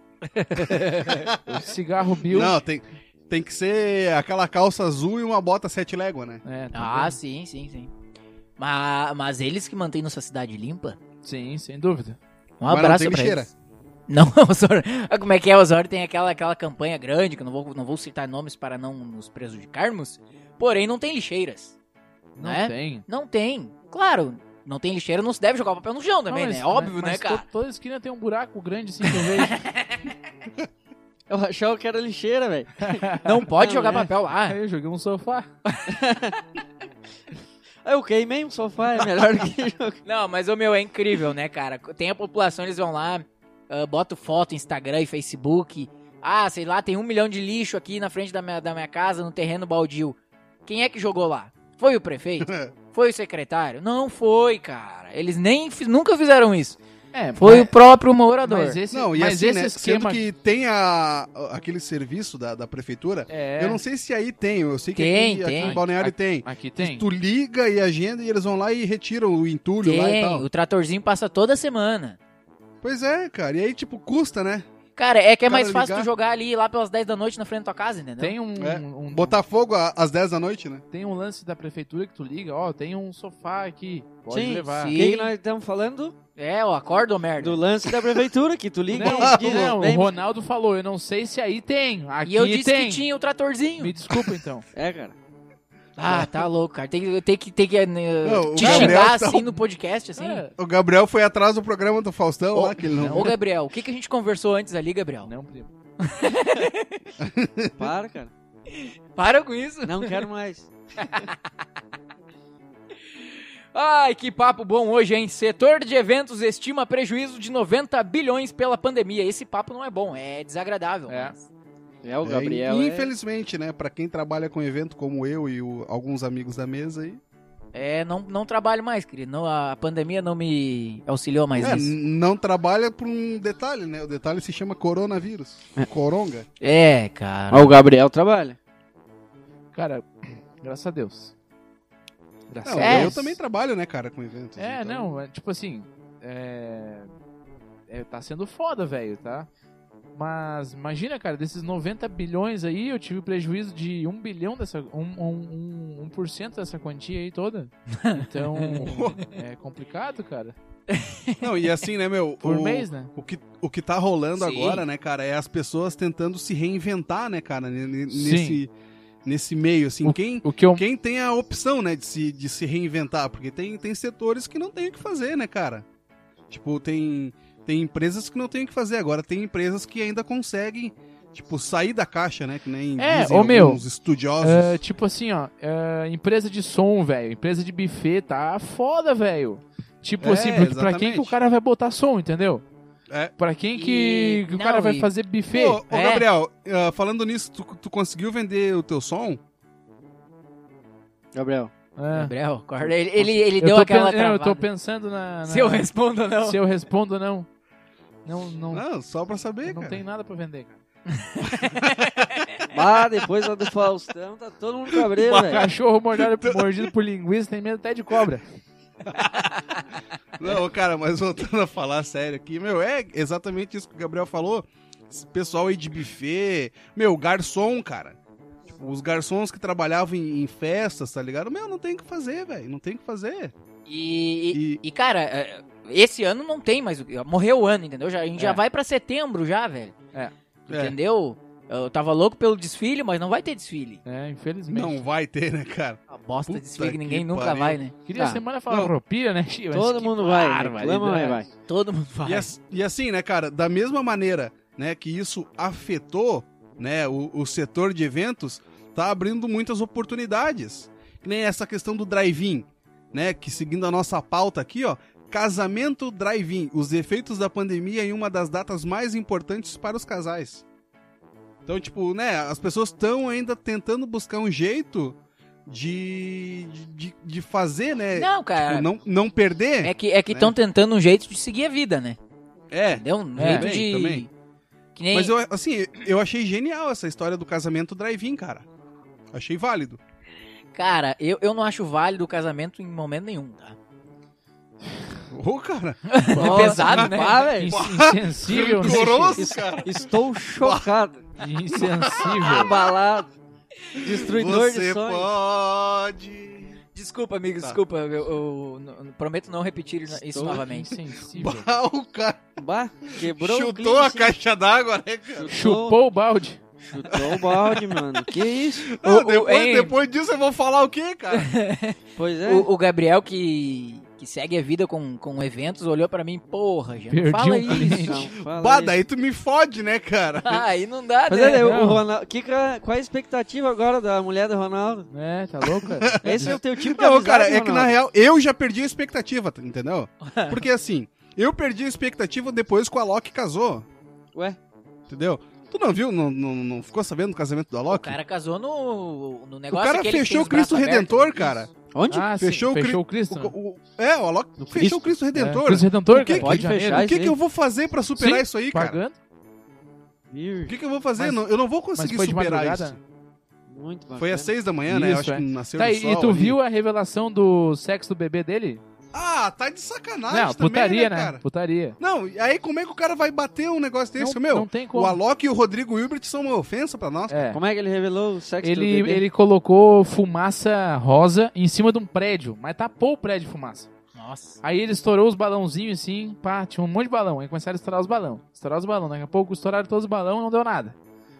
B: o cigarro Bill.
C: Não, tem, tem que ser aquela calça azul e uma bota sete légua, né?
B: É, tá
A: Ah, sim, sim, sim. Mas, mas eles que mantêm nossa cidade limpa.
B: vendo? Sim, sem dúvida.
A: Um
C: Mas não
A: abraço
C: tem
A: pra
C: lixeira.
A: eles. Não, (laughs) Osório. Ah, Como é que é, Osório? Tem aquela, aquela campanha grande, que eu não vou, não vou citar nomes para não nos prejudicarmos. Porém, não tem lixeiras.
B: Não
A: Né?
B: tem.
A: Não tem. Claro, Não tem lixeira, não se deve jogar o papel no chão também,
B: Não,
A: né?
B: mas-
A: Óbvio,
B: mas-
A: né,
B: mas
A: cara?
B: to- Toda esquina tem um buraco grande assim que eu vejo.
A: (laughs)
D: Eu achava É que era lixeira, velho.
A: (laughs) Não pode
D: Não,
A: jogar
D: né?
A: papel lá.
B: Aí eu joguei um sofá.
D: Aí eu queimei um sofá, é melhor
C: (laughs)
D: que jogar.
A: Não, mas o meu é incrível, né, cara? Tem a população, eles vão lá, ah, botam foto, Instagram e Facebook. Ah, sei lá, tem um milhão de lixo aqui na frente da minha, da minha casa, no terreno baldio. Quem é que jogou lá? Foi o
C: (laughs)
A: prefeito? Foi o secretário? Não foi, cara. Eles nem fi- nunca fizeram isso.
B: É,
A: Foi
B: mas-
A: o próprio morador.
B: Mas esse,
C: Não, e
B: mas
C: assim,
B: esse
C: né,
B: esquema.
C: sendo que tem a, aquele serviço da, da prefeitura,
B: É,
C: eu não sei se aí tem, eu sei que
A: Tem,
C: aqui,
A: tem.
C: aqui em Balneário tem.
B: Aqui tem.
C: Tu liga e agenda e eles vão lá e retiram o entulho lá e
A: Tem,
C: tal.
A: o tratorzinho passa toda semana.
C: Pois é, cara, e aí tipo custa, né?
A: Cara, é que é
C: Cara,
A: mais fácil
C: ligar-
A: tu jogar ali lá pelas 10 da noite na frente da tua casa, entendeu?
B: Tem um,
C: É,
B: um-
C: Botar fogo a- às 10 da noite, né?
B: tem um lance da prefeitura que tu liga, ó, tem um sofá aqui, pode
D: Sim,
B: levar.
A: sim.
D: O que, que nós estamos falando?
A: É, ó, acorda, ô merda.
D: Do lance da prefeitura, que tu liga
B: Não,
D: e diz,
B: não,
D: vem
B: o Ronaldo falou, eu não sei se aí tem, aqui
A: E eu disse
B: tem.
A: que tinha o tratorzinho.
B: Me desculpa
A: (laughs)
B: então.
D: É, cara.
A: Ah, tá louco, cara. Tem, que- tem que, tem que eh,
C: Não, o
A: te
C: Gabriel
A: xingar
C: tá-
A: assim no podcast, assim.
B: É,
C: O Gabriel foi atrás do programa do Faustão
A: Ô,
C: lá, que ele não...
A: Ô, Gabriel, o que, que a gente conversou antes ali, Gabriel?
B: não, primo.
D: Para, cara.
A: Para com isso.
D: Não quero mais.
A: Ai, que papo bom hoje, hein? Setor de eventos estima prejuízo de 90 bilhões pela pandemia. Esse papo não é bom, é desagradável.
B: É.
A: mas-
D: É o
C: É,
D: Gabriel.
C: e-
D: é-
C: Infelizmente, né, pra quem trabalha com evento como eu e o- alguns amigos da mesa aí,
A: É, não, não trabalho mais, querido. Não, a pandemia não me auxiliou mais
C: é,
A: nisso.
C: n- não trabalha por um detalhe, né? O detalhe se chama coronavírus, coronga.
A: É, cara.
D: Ah, o Gabriel trabalha.
B: Cara, graças a Deus. Graças
C: Não,
B: a
A: É.
B: Deus.
C: Eu também trabalho, né, cara, com eventos.
B: Tá É,
C: então-
B: não, é, tipo assim, é, é, tá sendo foda, velho, tá? Mas imagina, cara, desses 90 bilhões aí, eu tive prejuízo de 1 bilhão dessa. 1%, um, um, 1% dessa quantia aí
C: (laughs)
B: toda. Então, é complicado, cara.
C: Não, e assim, né, meu?
B: Por
C: o,
B: mês, né?
C: O que, o que tá rolando
A: Sim.
C: agora, né, cara, é as pessoas tentando se reinventar, né, cara, ne- ne-
B: Sim.
C: nesse, nesse meio, assim. Quem,
B: O que eu.
C: quem tem a opção, né, de se, de se reinventar? Porque tem, tem setores que não tem o que fazer, né, cara? Tipo, tem, tem empresas que não tem o que fazer. Agora, tem empresas que ainda conseguem, tipo, sair da caixa, né? Que nem
B: É,
C: dizem
B: ô, meu,
C: alguns estudiosos.
B: É, tipo assim, ó, é, empresa de som, velho, empresa de buffet, tá foda, velho. Tipo
C: É,
B: assim, pra, pra quem que o
C: exatamente.
B: cara vai botar som, entendeu?
C: É.
B: Pra quem que,
A: E-
B: que o
A: não,
B: cara vai
A: e-
B: fazer buffet?
C: Ô, ô,
A: é.
C: Gabriel, ah, falando nisso, tu, tu conseguiu vender o teu som?
D: Gabriel.
B: É.
A: Gabriel, acorda. Ele, ele, ele
B: Eu
A: deu
B: tô
A: aquela
B: pen- não, Eu
A: travada.
B: tô pensando na. na-
A: Se eu respondo ou não.
B: se eu respondo ou não. Não, não, não,
C: Não, Ah, só pra saber, cara.
B: tem nada pra vender, cara.
D: Ah, depois lá do Faustão, tá todo mundo cabreiro, velho.
B: Cachorro mordido,
C: (laughs)
B: mordido por linguiça tem medo até de cobra.
C: Não, cara, mas voltando a falar sério aqui, meu, é exatamente isso que o Gabriel falou. Esse pessoal aí de buffet, meu, garçom, cara. Tipo, Os garçons que trabalhavam em, em festas, tá ligado? Meu, não tem o que fazer, velho. Não tem o que fazer.
A: E, e- e, cara, é, esse ano não tem mais. o que- Morreu o ano, entendeu? Já, a gente
B: É.
A: já vai pra setembro já, velho.
B: É.
A: Entendeu? Eu tava louco pelo desfile, mas não vai ter desfile.
B: É, infelizmente.
C: Não vai ter, né, cara?
A: A Ah, bosta de
C: Puta
A: desfile que ninguém
C: que
A: nunca
C: pariu.
A: vai, né?
B: Queria
D: Ah,
B: semana falar
C: não.
B: roupilha, né, Chico?
D: Todo
B: (laughs)
D: mundo vai, reclama, mas vai.
A: Todo mundo vai.
C: E, as- e assim, né, cara, da mesma maneira, né, que isso afetou, né, o, o setor de eventos, tá abrindo muitas oportunidades. Que nem essa questão do drive-in, né, que seguindo a nossa pauta aqui, ó, casamento drive-in, os efeitos da pandemia em uma das datas mais importantes para os casais. Então, tipo, né, as pessoas estão ainda tentando buscar um jeito de, de, de fazer, né,
A: Não, cara.
C: tipo, não, não perder.
A: é que é que estão tentando um jeito de seguir a vida, né?
C: é.
A: Entendeu? Um jeito
B: É.
C: Também,
A: de.
C: também.
A: Que nem.
C: Mas eu, assim, eu achei genial essa história do casamento drive-in, cara. Achei válido.
A: Cara, eu, eu não acho válido o casamento em momento nenhum, tá?
C: Ô, cara.
A: É pesado, né?
D: Ah, velho.
B: Insensível, né? Chico?
C: Rigoroso. Nossa, cara.
D: Estou chocado.
B: Insensível.
D: Abalado. Destruidor de
C: Você
D: sonhos.
C: pode.
A: Desculpa, amigo,
C: Tá.
A: desculpa. Eu, eu- eu prometo não repetir isso
D: Estou
A: novamente.
B: Insensível.
C: (laughs) Bah, Ah, o cara
D: Bah, quebrou o
C: chutou
D: clima,
C: a
D: assim.
C: caixa d'água, né, cara?
B: Chupou o balde.
D: Chutou o balde, mano. Que isso?
A: O-
C: Não,
A: o-
C: depois,
A: hein?
C: depois disso eu vou falar o quê, cara?
D: Pois é.
A: O, o Gabriel que que segue a vida com, com eventos, olhou pra mim, porra, já
B: Perdi
A: não fala
B: um
A: isso.
D: Não, fala
C: Bah,
D: aí.
C: daí tu me fode, né, cara?
A: Ah, (laughs) Aí não dá,
D: Mas
C: é,
A: né?
D: olha, o-
B: Não.
D: o Ronaldo, que, ca- qual é a expectativa agora da mulher do Ronaldo?
B: É, tá louca?
D: Esse é o teu tipo de
C: Não,
D: amizade,
C: cara, é que na
D: Ronaldo.
C: real eu já perdi a expectativa, tá- entendeu? Porque assim, eu perdi a expectativa depois que o Alok casou,
D: Ué,
C: entendeu? Tu não viu, não, não, não ficou sabendo do casamento do
A: O
C: Alok?
A: cara casou no,
B: É
A: no negócio
C: cara
A: aquele que
C: fechou
A: tem os
C: o Cristo
A: braços abertos.
C: Redentor, cara.
D: onde?
B: Ah,
C: Fechou o
B: sim,
C: Cri-
B: fechou o Cristo. né?
C: O- o- é, o Alok
B: Do
C: fechou o
B: É,
C: Cristo Redentor.
B: Cristo Redentor, cara,
C: O que que-
B: Rio de
D: Pode fechar
B: Janeiro.
C: O que,
D: Mas
C: que eu
D: aí-
C: vou fazer pra superar
B: Sim,
C: isso aí, cara?
B: Pagando?
C: O que, que eu vou fazer?
B: Mas-
C: Não- eu não vou
B: Mas
C: conseguir
B: foi de
C: superar
B: madrugada?
C: isso.
D: Muito bacana.
C: Foi às seis da manhã, né? Eu
B: Isso,
C: acho
B: é.
C: que nasceu
B: Tá,
C: do
B: e, e
C: sol
B: tu
C: ali.
B: viu a revelação do sexo do bebê dele?
C: Ah, tá de sacanagem
B: não,
C: também,
B: putaria,
C: né,
B: né?
C: cara?
B: Putaria.
C: Não, e aí como é que o cara vai bater um negócio desse?
B: não,
C: Meu,
B: não tem como.
C: o Alok e o Rodrigo Hilbert são uma ofensa pra nós.
B: É.
D: Como é que ele revelou o sexo do
B: Ele,
D: bebê?
B: ele colocou fumaça rosa em cima de um prédio, mas tapou o prédio de fumaça.
A: Nossa.
B: Aí ele estourou os balãozinhos assim, pá, tinha um monte de balão. Aí começaram a estourar os balão. Estourar os balão. Daqui a pouco estouraram todos os balão não deu nada.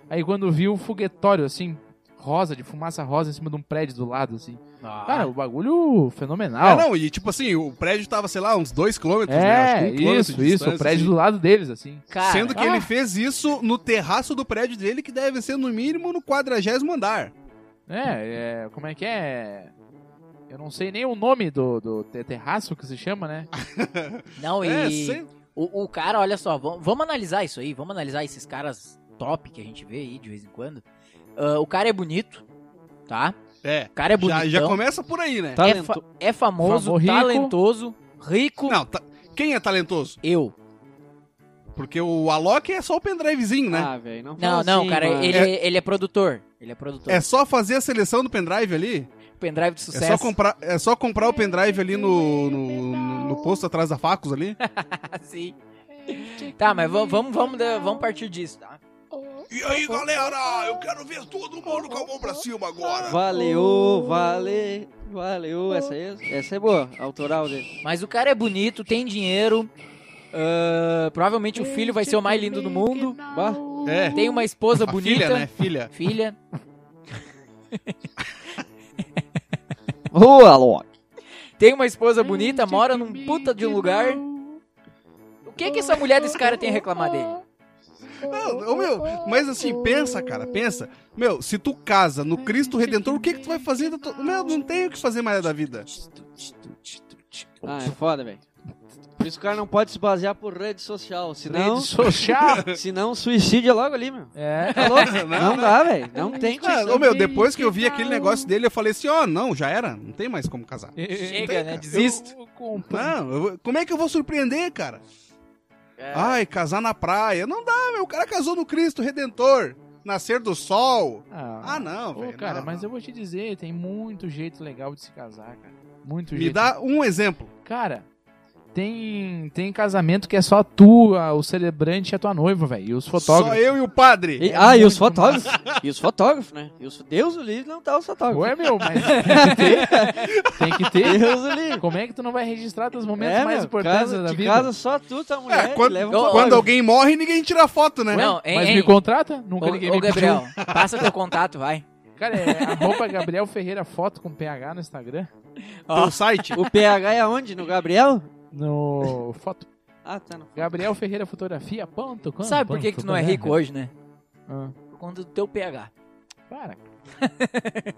B: Aí quando viu um foguetório assim, rosa, de fumaça rosa em cima de um prédio do lado, assim. Cara, o bagulho
C: Ah,
B: fenomenal.
C: não, e tipo assim, o prédio tava, sei lá, uns dois quilômetros, né? Acho que
B: É,
C: um quilômetro
B: isso,
C: de
B: isso.
C: distância,
B: O prédio
C: assim.
B: do lado deles, assim.
A: Cara,
C: Sendo que
B: Ah.
C: ele fez isso no terraço do prédio dele, que deve ser no mínimo no quadragésimo andar.
B: É, é, como é que é? Eu não sei nem o nome do, do te- terraço que se chama, né?
A: não,
C: É,
A: e
C: sei-
A: o, o cara, olha só, vamos, vamos analisar isso aí, vamos analisar esses caras top que a gente vê aí de vez em quando. Ah, o cara é bonito, tá?
C: é.
A: O cara é
C: Já,
A: bonitão,
C: já começa por aí,
B: tá
C: né?
A: é, fa- é famoso,
B: Famo- rico.
A: talentoso, rico,
C: Não, tá- quem é talentoso?
A: eu.
C: Porque o Alok é só o pendrivezinho, né?
D: Ah, velho, não
A: Não,
D: fala
A: não,
D: assim,
A: cara,
D: mano.
A: ele é... ele é produtor, ele é produtor.
C: é só fazer a seleção do pendrive ali.
A: Pendrive de
C: É só,
A: (laughs) sucesso.
C: comprar, é só comprar o pendrive ali no, no, no- no posto atrás da Facos ali.
A: Sim. Assim. Tá, mas vamos, vamos, vamos, da- vamos partir disso, tá?
C: (laughs) E aí, galera, eu quero ver todo mundo com a mão pra cima agora.
D: Valeu, vale, valeu, essa aí, essa é boa, autoral dele.
A: Mas o cara é bonito, tem dinheiro. ah, provavelmente o filho vai ser o mais lindo do mundo.
D: Bah,
C: É.
A: Tem uma esposa
C: A
A: bonita.
C: Filha, né? Filha.
A: Filha.
D: Ô, Alok.
A: Tem uma esposa bonita, mora num puta de um lugar. O que que essa mulher desse cara tem a reclamar dele?
C: Não, ô, meu, mas assim, pensa, cara, pensa. Meu, se tu casa no Cristo Redentor, o que que tu vai fazer? da tua- Meu, não tem o que fazer mais da vida.
D: Ah, é foda, velho. Por isso o cara não pode se basear por rede social, senão,
B: Rede social.
C: (laughs)
D: (laughs) senão suicídio é logo ali, meu.
B: é.
D: Tá louco? não dá, velho, não tem.
C: Ah, ô, meu, depois que eu vi aquele negócio dele, eu falei assim, ó, não, já era, não tem mais como casar.
A: Chega, né? Desisto.
B: Desisto. Eu, compro.
C: Não, eu vou- como é que eu vou surpreender, cara?
A: É.
C: É. Ai, casar na praia. Não dá, meu. O cara casou no Cristo Redentor. Nascer do sol. Ah, não,
B: Ô,
C: velho.
B: cara,
C: não,
B: mas
C: não.
B: eu vou te dizer, tem muito jeito legal de se casar, cara. Muito
C: Me
B: jeito.
C: dá um exemplo.
B: Cara, tem, tem casamento que é só tu, a- o celebrante e a tua noiva, velho. E os
C: Só
B: fotógrafos.
C: eu e o padre.
D: E- ah, e os fotógrafos? E os fotógrafos, né? E os, Deus o livre não tá os fotógrafos. (laughs)
B: Ué, meu,
C: (laughs)
B: mas (laughs) tem que ter. Tem que ter.
D: Deus o livre. É,
B: Como é que tu não vai registrar teus momentos mais
D: meu,
B: importantes
D: casa-
B: da
D: de
B: vida?
D: casa só tu, tua
C: É,
D: mulher, e
C: quando,
D: leva um
A: Ô,
D: fotógrafo.
C: quando alguém morre, ninguém tira foto, né?
A: Não,
B: Mas
A: hein,
B: me
A: hein.
B: contrata? Nunca ninguém
A: Ô, ô
B: me pediu.
A: Gabriel, passa teu contato, (laughs) vai.
B: Cara, é arroba Gabriel Ferreira Foto com PH no Instagram.
A: Ó,
C: Teu um site.
D: O PH é onde? No Gabriel?
B: No foto
D: Ah, tá. No...
B: Gabriel Ferreira Fotografia. Ponto, com,
A: sabe por que, que tu não é rico hoje, né?
B: Ah,
A: Por conta do teu pH.
B: para.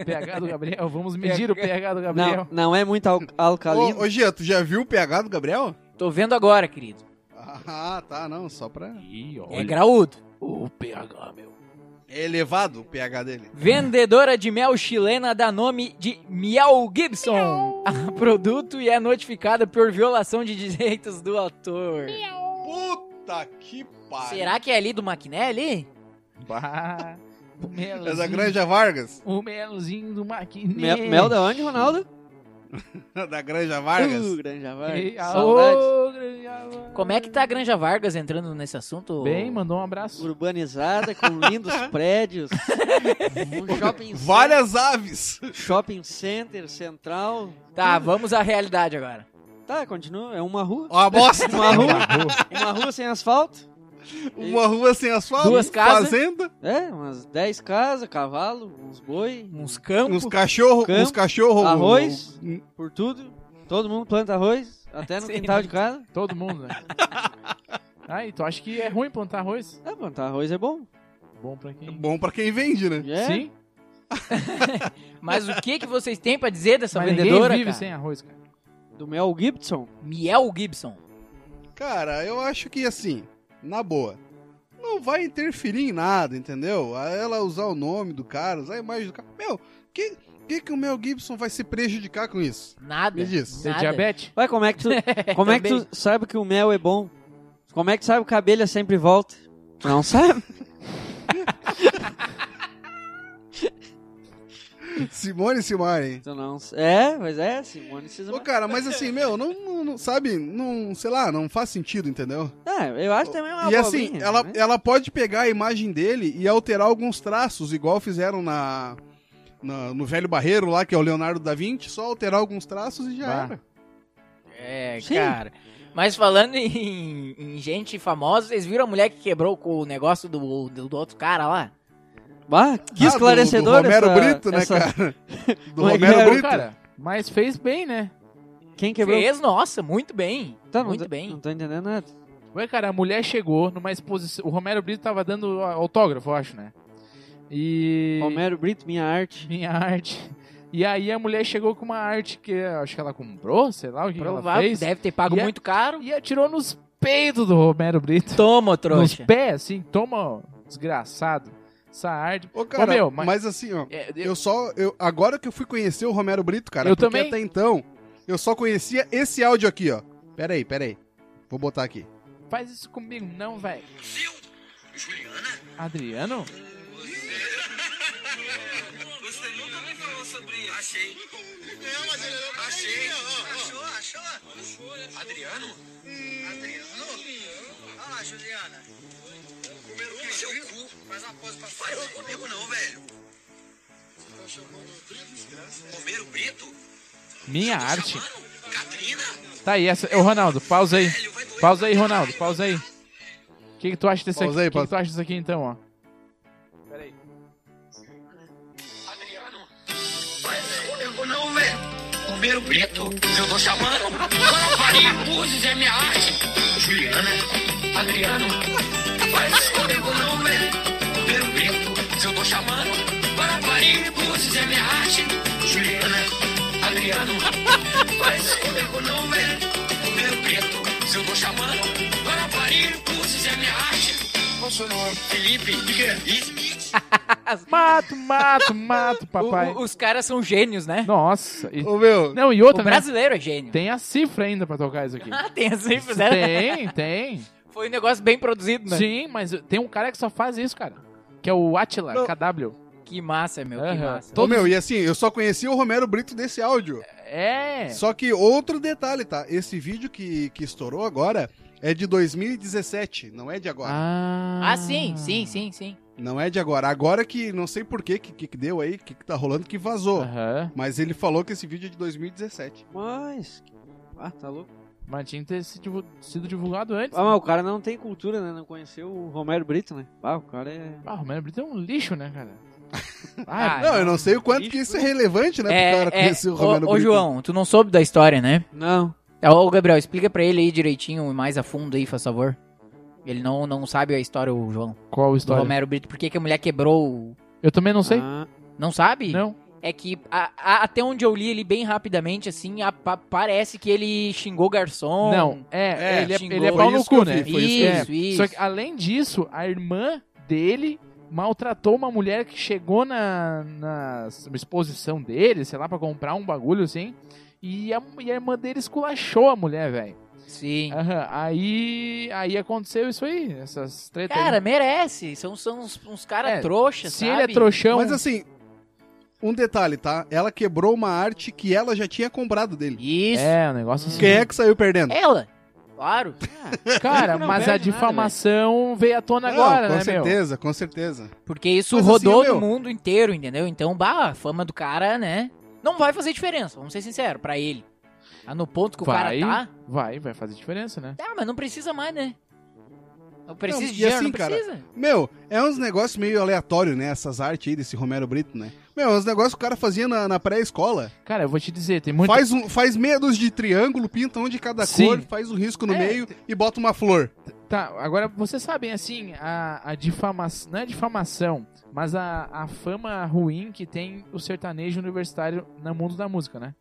B: PH do Gabriel, vamos medir o PH do Gabriel.
D: Não, não é muito al- alcalino.
C: Ô, ô, Gia, tu já viu o pH do Gabriel?
A: Tô vendo agora, querido.
C: Ah, tá, não, só pra...
B: Ih,
A: É graúdo.
E: O PH, meu.
C: É elevado o pH dele.
A: Vendedora de mel chilena dá nome de Miel Gibson a produto e é notificada por violação de direitos do autor.
C: Puta que pariu.
A: Será que é ali do Maquiné ali?
B: Bah, Ah, o
C: É da
B: melzinho-
C: Granja Vargas. (laughs)
B: O melzinho do maquiné.
D: Mel, mel da onde, Ronaldo?
C: da Granja Vargas.
D: Uh, Granja
B: Ei,
D: Vargas. Saudades.
B: aô, Granja Vargas.
A: Como é que tá a Granja Vargas entrando nesse assunto?
B: Bem, mandou um abraço.
D: Urbanizada, com lindos prédios. Um shopping, cen-
C: Várias aves.
D: shopping center central.
A: Tá, vamos à realidade agora.
D: Tá, continua. É uma rua.
C: Uma bosta.
D: Uma rua. uma rua sem asfalto.
C: Uma rua sem asfalto.
A: Duas casas.
C: Fazenda.
D: É, umas 10 casas, cavalo, uns boi,
C: Um
A: Uns campos.
C: Uns cachorros.
D: Campo.
C: Uns cachorros.
D: arroz, por tudo. Todo mundo planta arroz, até no
C: (laughs)
A: Sim,
D: quintal
A: né?
D: de casa.
B: Todo mundo, né? Aí, tu acha que é ruim plantar arroz?
D: Ah, plantar arroz é bom.
B: Bom pra quem?
C: Bom pra quem vende, né?
D: É.
B: Sim,
A: Mas o que, que vocês têm pra dizer dessa
B: mas
A: vendedora,
B: ninguém vive
A: cara?
B: sem arroz, cara.
D: Do Mel Gibson.
A: Miel Gibson.
C: Cara, eu acho que assim, na boa, não vai interferir em nada, entendeu? A Ela usar o nome do cara, usar a imagem do cara. Meu, que que, que o Mel Gibson vai se prejudicar com isso?
A: Nada.
C: Me diz. (laughs)
B: Tem
A: Nada.
B: diabetes?
D: Ué, como é que tu, como é que tu sabe que o mel é bom? Como é que tu sabe que a abelha sempre volta? Tu Não (laughs) sabe?
C: Simone Simone.
D: Tu não s- É, mas é, Simone Cisma.
C: Ô, cara, mas assim, meu, não, não- não- sabe, não, sei lá, não faz sentido, entendeu?
D: Ah, eu acho também uma
C: e assim,
D: abobrinha,
C: ela,
D: né?
C: ela pode pegar a imagem dele e alterar alguns traços, igual fizeram na, na- no velho barreiro lá, que é o Leonardo da Vinci, só alterar alguns traços e já
B: Bah.
C: era.
A: É,
D: Sim.
A: cara. Mas falando em, em gente famosa, vocês viram a mulher que quebrou com o negócio do, do, do outro cara lá?
D: Bah, que
C: Ah,
D: esclarecedor
C: do, do Romero
D: essa-
C: Brito, né,
D: essa-
C: cara? Do
D: Como é que
C: Romero
D: era?
C: Brito.
B: Cara, mas fez bem, né?
D: Quem quebrou?
A: Fez, nossa, muito bem.
D: Tá, não
A: muito
D: tô-
A: bem.
D: Não tô entendendo nada.
B: Ué, cara, a mulher chegou numa exposição. O Romero Brito tava dando autógrafo, eu acho, né? E.
D: Romero Brito, minha arte.
B: Minha arte. E aí a mulher chegou com uma arte que é, acho que ela comprou, sei lá o que, que ela
A: Provável,
B: fez.
A: deve ter pago
B: E é-
A: muito caro.
B: E atirou nos peitos do Romero Brito.
A: Toma,
B: Nos
A: trouxa.
B: pés, assim, toma, ó, desgraçado. Essa arte.
C: Ô, cara,
B: meu, mas-
C: mas... assim, ó,
B: É,
C: eu só. Eu, agora que eu fui conhecer o Romero Brito, cara,
B: Eu
C: porque
B: também.
C: até então eu só conhecia esse áudio aqui, ó. Pera aí, pera aí. Vou botar aqui.
B: Faz isso comigo, não, velho. Adriano?
F: Você nunca me falou sobre isso. Achei. Não, mas eu achei. Achou, achou? Adriano? Adriano? Olha lá, Juliana. Primeiro que seu cu. Faz uma pose pra Faz comigo não, velho. Você tá chamando o Romero Brito?
B: Minha arte.
F: Mano, Catrina?
B: Tá aí, essa. Ô, Ronaldo, pausa aí.
F: Velho, vai doer.
B: Pausa aí, Ronaldo, pausa aí. O que, que tu acha desse
C: Pausa
B: aqui?
C: aí,
B: O que, que
C: pausa.
B: tu acha disso aqui então, ó?
F: Adriano? Faz comigo não, velho. Romero Brito? Eu tô chamando. Maria Búzios é minha arte. Juliana? Adriano? Faz comigo não, velho. Romero Brito? Eu tô chamando. Maria Búzios é minha arte. Juliana? Adriano? Faz comigo não, velho. Romero Brito? Eu tô chamando. Maria Búzios é minha arte. Qual o seu nome? Felipe. Smith.
B: Mato, mato, mato, papai.
A: O- o- os caras são gênios, né?
B: Nossa. e-
C: Ô, meu.
B: Não, e
A: O
B: outra, né?
A: brasileiro é gênio.
B: Tem a cifra ainda pra tocar isso aqui.
A: Ah, (laughs) tem as cifras, né?
B: Tem, tem.
A: Foi um negócio bem produzido, né?
B: Sim, mas tem um cara que só faz isso, cara. Que é o Atila,
C: Não.
B: KW.
A: Que massa, meu, que
B: Aham.
A: massa.
C: Ô, meu, e assim, eu só conhecia o Romero Brito desse áudio.
B: É.
C: Só que outro detalhe, tá? Esse vídeo que, que estourou agora é de 2017, não é de agora.
B: Ah,
A: Ah, sim, sim, sim, sim.
C: Não é de agora. Agora que, não sei por quê, que, que, que deu aí, que, que tá rolando, que vazou.
B: Aham.
C: Mas ele falou que esse vídeo é de 2017.
D: Mas. Ah, tá louco.
B: Mas tinha que ter se divu- sido divulgado antes.
D: Ah, mas o cara não tem cultura, né? Não conheceu o Romero Brito, né? Ah, o cara é.
B: Ah, o Romero Brito é um lixo, né, cara?
A: Ah,
C: não, eu não sei o quanto
D: isso
C: que isso é relevante, né,
A: É,
C: pro cara
A: é,
C: conhecer o
A: ô-
C: Romero
A: ô,
C: Brito.
A: João, tu não soube da história, né?
D: Não.
A: Ô, Gabriel, explica pra ele aí direitinho, mais a fundo aí, faz favor. Ele não, não sabe a história, o João.
B: Qual
A: Do
B: história?
A: Ah, Romero Brito. Por que, que a mulher quebrou? o-
B: Eu também não sei.
D: Ah,
A: Não sabe?
B: Não.
A: É que a- a- até onde eu li ele bem rapidamente, assim, a- pa- parece que ele xingou o garçom.
B: Não, é,
C: É,
B: ele, é
A: xingou.
B: ele é
A: Foi
B: pau no
C: isso que
B: cu,
C: eu
B: né?
C: vi, foi isso
A: que eu
B: É,
A: vi. Isso,
B: Só
A: isso.
B: que, além disso, a irmã dele maltratou uma mulher que chegou na, na exposição dele, sei lá, pra comprar um bagulho assim. E a, e a irmã dele esculachou a mulher, velho.
A: Sim.
B: Aham, Aí, aí aconteceu isso aí, essas tretas. aí.
A: É, Cara, merece. São, são uns, uns caras
B: É,
A: trouxas,
B: se
A: sabe?
B: ele é trouxão,
C: Mas assim, um detalhe, tá? Ela quebrou uma arte que ela já tinha comprado dele.
A: Isso.
B: é um negócio assim.
C: Quem é que saiu perdendo?
A: Ela. Claro.
B: Cara,
D: Não
B: mas
D: perde
B: a
D: nada,
B: difamação veio à tona agora,
C: com
B: né, meu?
C: certeza, com certeza.
A: Porque isso
C: Mas assim,
A: rodou
C: meu-
A: no mundo inteiro, entendeu? Então, bah, a fama do cara, né? Não vai fazer diferença, vamos ser sinceros, pra ele. Ah, no ponto que
B: Vai.
A: o cara tá.
B: Vai, vai fazer diferença, né?
A: Tá, mas não precisa mais, né? Não precisa
C: Não,
A: de
C: e
A: dinheiro,
C: assim,
A: não
C: cara,
A: precisa.
C: Meu, é uns negócios meio aleatório, né? Essas artes aí desse Romero Brito, né? Meu, os negócios que o cara fazia na, na pré-escola.
B: Cara, eu vou te dizer, tem muita.
C: Faz, um, faz meia dúzia de triângulo, pinta um de cada
B: Sim.
C: cor, faz um risco no
B: É,
C: meio e bota uma flor.
B: Tá, agora vocês sabem, assim, a, a difamação. Não é difamação, mas a, a fama ruim que tem o sertanejo universitário no mundo da música, né?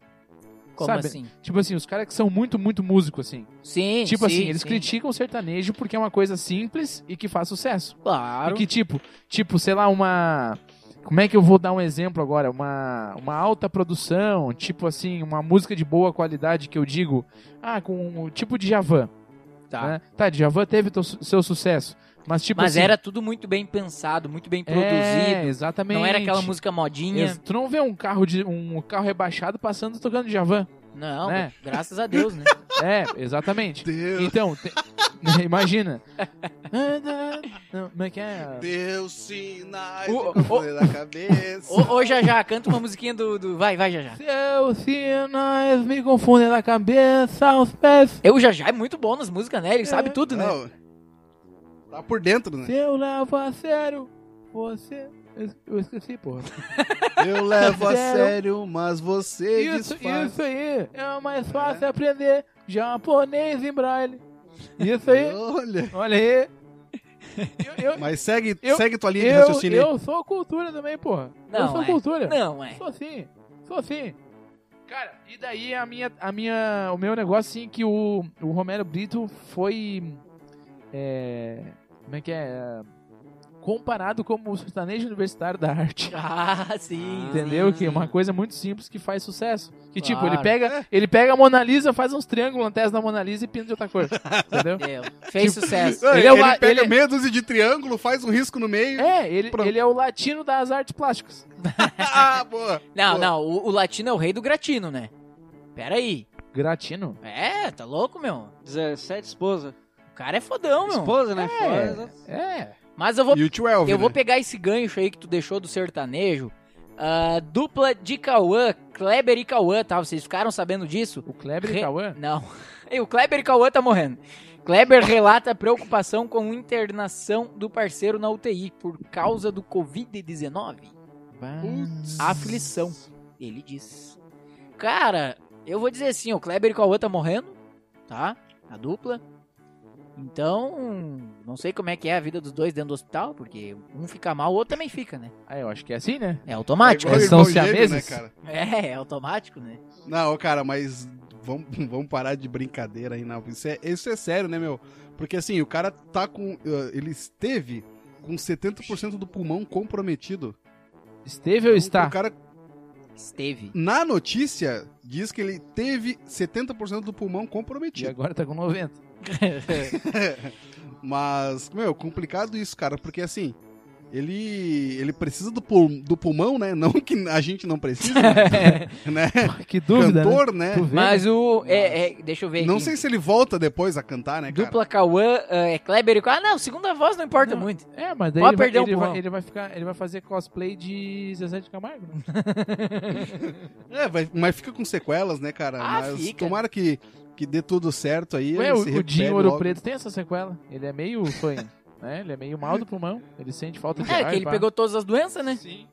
A: Como
B: Sabe?
A: assim?
B: Tipo assim, os caras que são muito, muito músicos, assim.
A: Sim,
B: tipo
A: sim,
B: assim, eles
A: sim.
B: criticam o sertanejo porque é uma coisa simples e que faz sucesso.
A: Claro.
B: E que tipo, tipo, sei lá, uma. Como é que eu vou dar um exemplo agora? Uma, uma alta produção, tipo assim, uma música de boa qualidade que eu digo, ah, com o tipo de Javan.
A: Tá.
B: Né? Tá, Djavan teve teu su- seu sucesso. Mas tipo
A: Mas
B: assim,
A: era tudo muito bem pensado, muito bem
B: é,
A: produzido.
B: exatamente.
A: Não era aquela música modinha.
B: Ex- Tu não vê um carro de um carro rebaixado passando tocando Djavan.
A: Não,
B: Né?
A: graças a Deus, né?
B: É, exatamente.
C: Deus,
B: Então, te- (laughs) imagina. (laughs) Não, Como é que é?
C: Deus, sinais
A: O-
C: de confundir na cabeça.
A: ô, ô, Jajá, canta uma musiquinha do... do... Vai, vai, Jajá.
B: Seus sinais me confundem na cabeça, aos pés.
A: Eu, Jajá, é muito bom nas músicas, né? Ele sabe tudo, né?
C: Não, Tá por dentro, né?
B: eu levo a sério, você. Eu esqueci, porra.
C: Eu levo a
B: Zero.
C: sério, mas você
B: Isso,
C: desfaz.
B: isso aí é mais fácil aprender japonês em braille. Isso aí,
C: Olha.
B: olha aí.
A: (laughs)
B: Eu, eu,
C: Mas segue,
B: Eu-
C: segue tua linha de
B: eu,
C: raciocínio. aí.
B: eu sou cultura também, porra. eu
A: Não,
B: sou
A: é.
B: cultura.
A: Não, é.
B: (laughs) Sou assim, sou assim. Cara, e daí a minha, a minha, o meu negócio assim que o, o Romero Brito foi, é, como é que é, É, comparado como o sertanejo universitário da arte.
A: (laughs) Ah, sim.
B: (laughs) Entendeu?
A: sim,
B: Que é
A: sim.
B: uma coisa muito simples que faz sucesso. Que tipo,
A: Claro.
B: ele pega, ele pega a Mona Lisa, faz uns triângulos na testa da Mona Lisa e pinta de
A: (laughs)
B: outra cor. entendeu?
A: Entendeu? Fez sucesso.
C: Ele,
B: Ele é o la-
C: pega
B: ele-
C: meia dúzia de triângulo, faz um risco no meio.
B: É, ele,
C: Pronto.
B: ele é o latino das artes plásticas.
C: (laughs) ah, boa.
A: Não,
C: boa.
A: não, o, o latino é o rei do gratino, né? Pera aí.
B: Gratino?
A: É, tá louco, meu?
D: 17 esposa.
A: O cara é fodão, meu.
D: Esposa, né? Fora.
B: É.
A: Mas eu vou,
C: E o 12,
A: eu vou
C: né?
A: pegar esse gancho aí que tu deixou do sertanejo. Ah, dupla de Cauã, Kleber e Cauã, tá? Vocês ficaram sabendo disso?
B: O Kleber
A: Re-
B: e Cauã?
A: Não. (laughs) E o Kleber e Cauã tá morrendo. Kleber relata preocupação com internação do parceiro na UTI por causa do Covid-19.
C: Putz.
A: aflição. Ele diz. Cara, eu vou dizer assim, o Kleber e o Cauã tá morrendo, tá? A dupla. Então, não sei como é que é a vida dos dois dentro do hospital, porque um fica mal, o outro também fica, né?
B: Ah, eu acho que é assim, né?
A: É
C: É
A: automático.
C: igual
B: Eles
C: o irmão
B: são
C: gêmeo,
B: siameses?
C: Né, cara?
A: (laughs) É, é automático, né?
C: Não, cara, mas vamos, (laughs) vamos parar de brincadeira aí, não. Isso é, isso é sério, né, meu? Porque assim, o cara tá com. eh, Ele esteve com 70% do pulmão comprometido.
B: Esteve ou está?
C: O cara,
A: Esteve.
C: na notícia, diz que ele teve 70% do pulmão
B: E
C: comprometido.
B: agora tá com 90.
C: Mas, meu, complicado isso, cara, porque assim. Ele, ele precisa do, pul- do pulmão, né? Não que a gente
B: (laughs)
C: não precisa, né?
B: que dúvida, né?
C: Cantor, né?
B: Tu vê,
A: Mas o. É, é, deixa eu ver.
C: Não
A: aqui.
C: sei se ele volta depois a cantar, né, cara?
A: Dupla Cauã, eh, é Kleber e Cauã. Ah, não, segunda voz não importa
B: Não.
A: muito.
B: É, mas daí
A: Ó,
B: ele vai,
A: perdeu o
B: ele,
A: pulmão.
B: vai, ele vai ficar, ele vai fazer cosplay de Zezé de Camargo. né?
C: É, vai- mas fica com sequelas, né, cara?
A: Ah,
C: mas
A: fica.
C: tomara que, que dê tudo certo aí.
B: Ué,
C: ele
B: o,
C: se
B: o Dinho
C: recupere
B: Ouro
C: logo.
B: Preto tem essa sequela. Ele é meio sonho, né? Ele é meio mal do pulmão. Ele sente falta de
A: É,
B: ar.
A: que ele
B: pá.
A: pegou todas as doenças, né? Sim.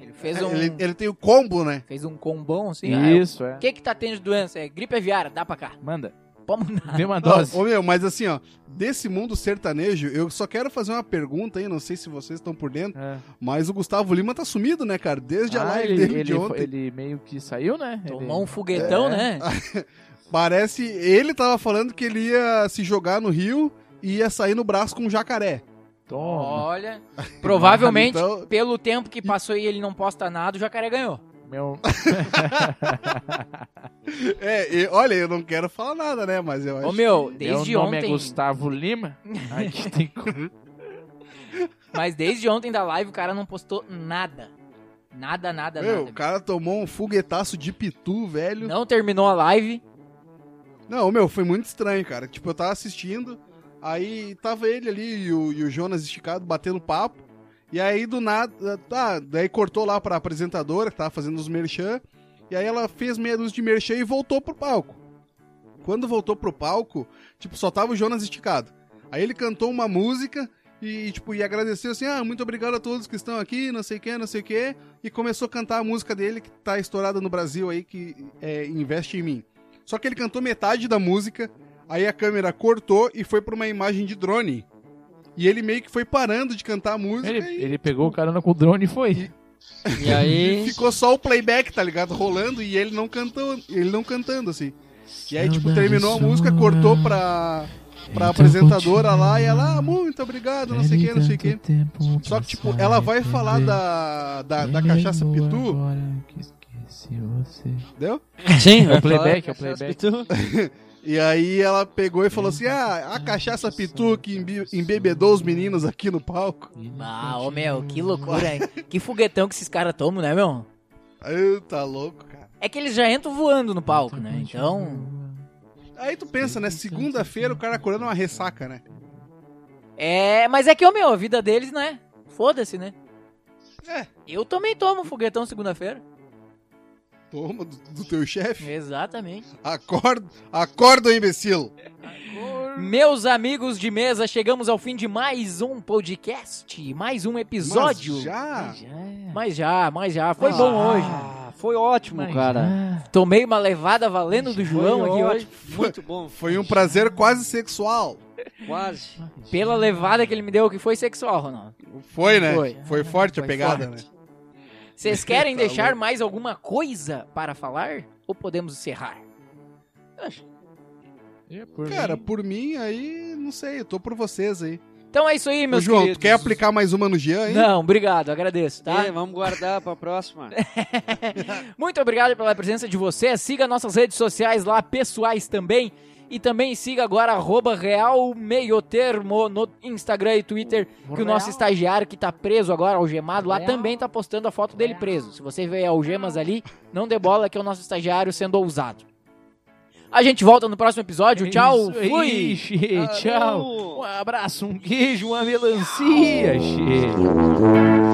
A: Ele fez um.
C: É, Ele, ele tem o combo, né?
A: Fez um combão, assim. ah, eu-
B: Isso, é.
A: O que que tá tendo de doença? É gripe aviária, dá pra cá.
B: Manda.
A: Pode mudar.
B: Vê uma dose.
C: Ô, meu, mas assim, ó, desse mundo sertanejo, eu só quero fazer uma pergunta aí, não sei se vocês estão por dentro,
B: É.
C: mas o Gustavo Lima tá sumido, né, cara? Desde a
B: Ah,
C: live
B: ele,
C: dele de
B: ele,
C: ontem.
B: ele meio que saiu, né?
A: Tomou um
B: ele...
A: foguetão, né?
C: É. Parece, ele tava falando que ele ia se jogar no rio e ia sair no braço com um jacaré.
B: (laughs) Toma.
A: Olha, provavelmente,
C: Então-
A: pelo tempo que passou e ele não posta nada, o jacaré ganhou.
B: Meu...
C: É, e, olha, eu não quero falar nada, né, mas eu acho...
A: Ô, meu,
B: Meu
A: desde
B: nome é
A: ontem...
B: Gustavo Lima.
A: (laughs)
B: Aqui tem... co-
A: Mas desde ontem da live o cara não postou nada. Nada, nada,
C: Meu, o
A: nada.
C: cara tomou um foguetaço de pitu, velho.
A: Não terminou a live.
C: Não, meu, foi muito estranho, cara. Tipo, eu tava assistindo, aí tava ele ali e o, e o Jonas esticado batendo papo. E aí do nada, tá, daí cortou lá pra apresentadora que tava fazendo os merchan. E aí ela fez meia dúzia de merchan e voltou pro palco. Quando voltou pro palco, tipo, só tava o Jonas esticado. Aí ele cantou uma música e, tipo, e agradeceu assim, ah, muito obrigado a todos que estão aqui, não sei o que, não sei o que, e começou a cantar a música dele que tá estourada no Brasil aí, que é Investe em Mim. Só que ele cantou metade da música, aí a câmera cortou e foi pra uma imagem de drone. E ele meio que foi parando de cantar a música
B: Ele,
C: e
B: ele pegou o carona com o drone e foi.
D: E aí.
C: ficou só o playback, tá ligado? Rolando e ele não cantou, ele não cantando assim. E aí, tipo, terminou a música, cortou pra,
B: Então um
C: pra apresentadora lá e ela, ah, muito obrigado, não sei o que, não sei o que. Só que, tipo, ela vai falar da, da,
B: é
C: da cachaça pitu, entendeu?
D: Sim,
B: É o playback, é o playback. (laughs)
C: E aí ela pegou e falou assim: ah, a cachaça pitu que embi- embebedou os meninos aqui no palco.
A: Ah, ô meu, que loucura, hein? Que foguetão que esses caras tomam, né, meu?
C: Aí, tá louco, cara.
A: É que eles já entram voando no palco, né? Então.
C: Aí tu pensa, né? Segunda-feira o cara curando uma ressaca, né?
A: É, mas é que, ô meu, a vida deles, né? Foda-se, né?
C: É.
A: Eu também tomo foguetão segunda-feira.
C: Toma do, do teu chefe.
A: Exatamente.
C: Acorda, acorda, ô imbecil.
A: Meus amigos de mesa, chegamos ao fim de mais um podcast, mais um episódio.
C: Mas já?
A: Mas já, mas já.
D: Ah.
A: Foi bom hoje.
D: Foi ótimo,
B: ah,
D: cara.
A: Tomei uma levada valendo do João aqui hoje.
D: Muito bom.
C: Foi um prazer quase sexual.
D: Quase.
A: Pela levada que ele me deu, que foi sexual, Ronaldo.
C: Foi, né?
A: Foi. É,
C: Foi, forte a
A: Foi
C: pegada,
A: forte.
C: né?
A: Vocês querem
C: Tá
A: deixar
C: louco.
A: mais alguma coisa para falar? Ou podemos encerrar?
B: É, por
C: Cara,
B: mim,
C: por mim, aí, não sei, eu tô por vocês aí.
A: Então é isso aí,
C: Ô,
A: meus
C: João,
A: queridos.
C: tu quer aplicar mais uma no Jean, hein?
A: Não, obrigado, agradeço, tá?
D: É, vamos guardar pra próxima.
A: Muito obrigado pela presença de vocês. Siga nossas redes sociais lá, pessoais também. E também siga agora arroba Real Meio Termo no Instagram e Twitter, que o nosso estagiário que tá preso agora, algemado, lá também tá postando a foto dele preso. Se você vê algemas ali, não dê bola que é o nosso estagiário sendo ousado. A gente volta no próximo episódio.
B: é
A: Tchau,
B: isso aí,
A: fui!
B: che, (laughs) tchau.
D: Alô.
B: Um abraço, um queijo, uma melancia, che.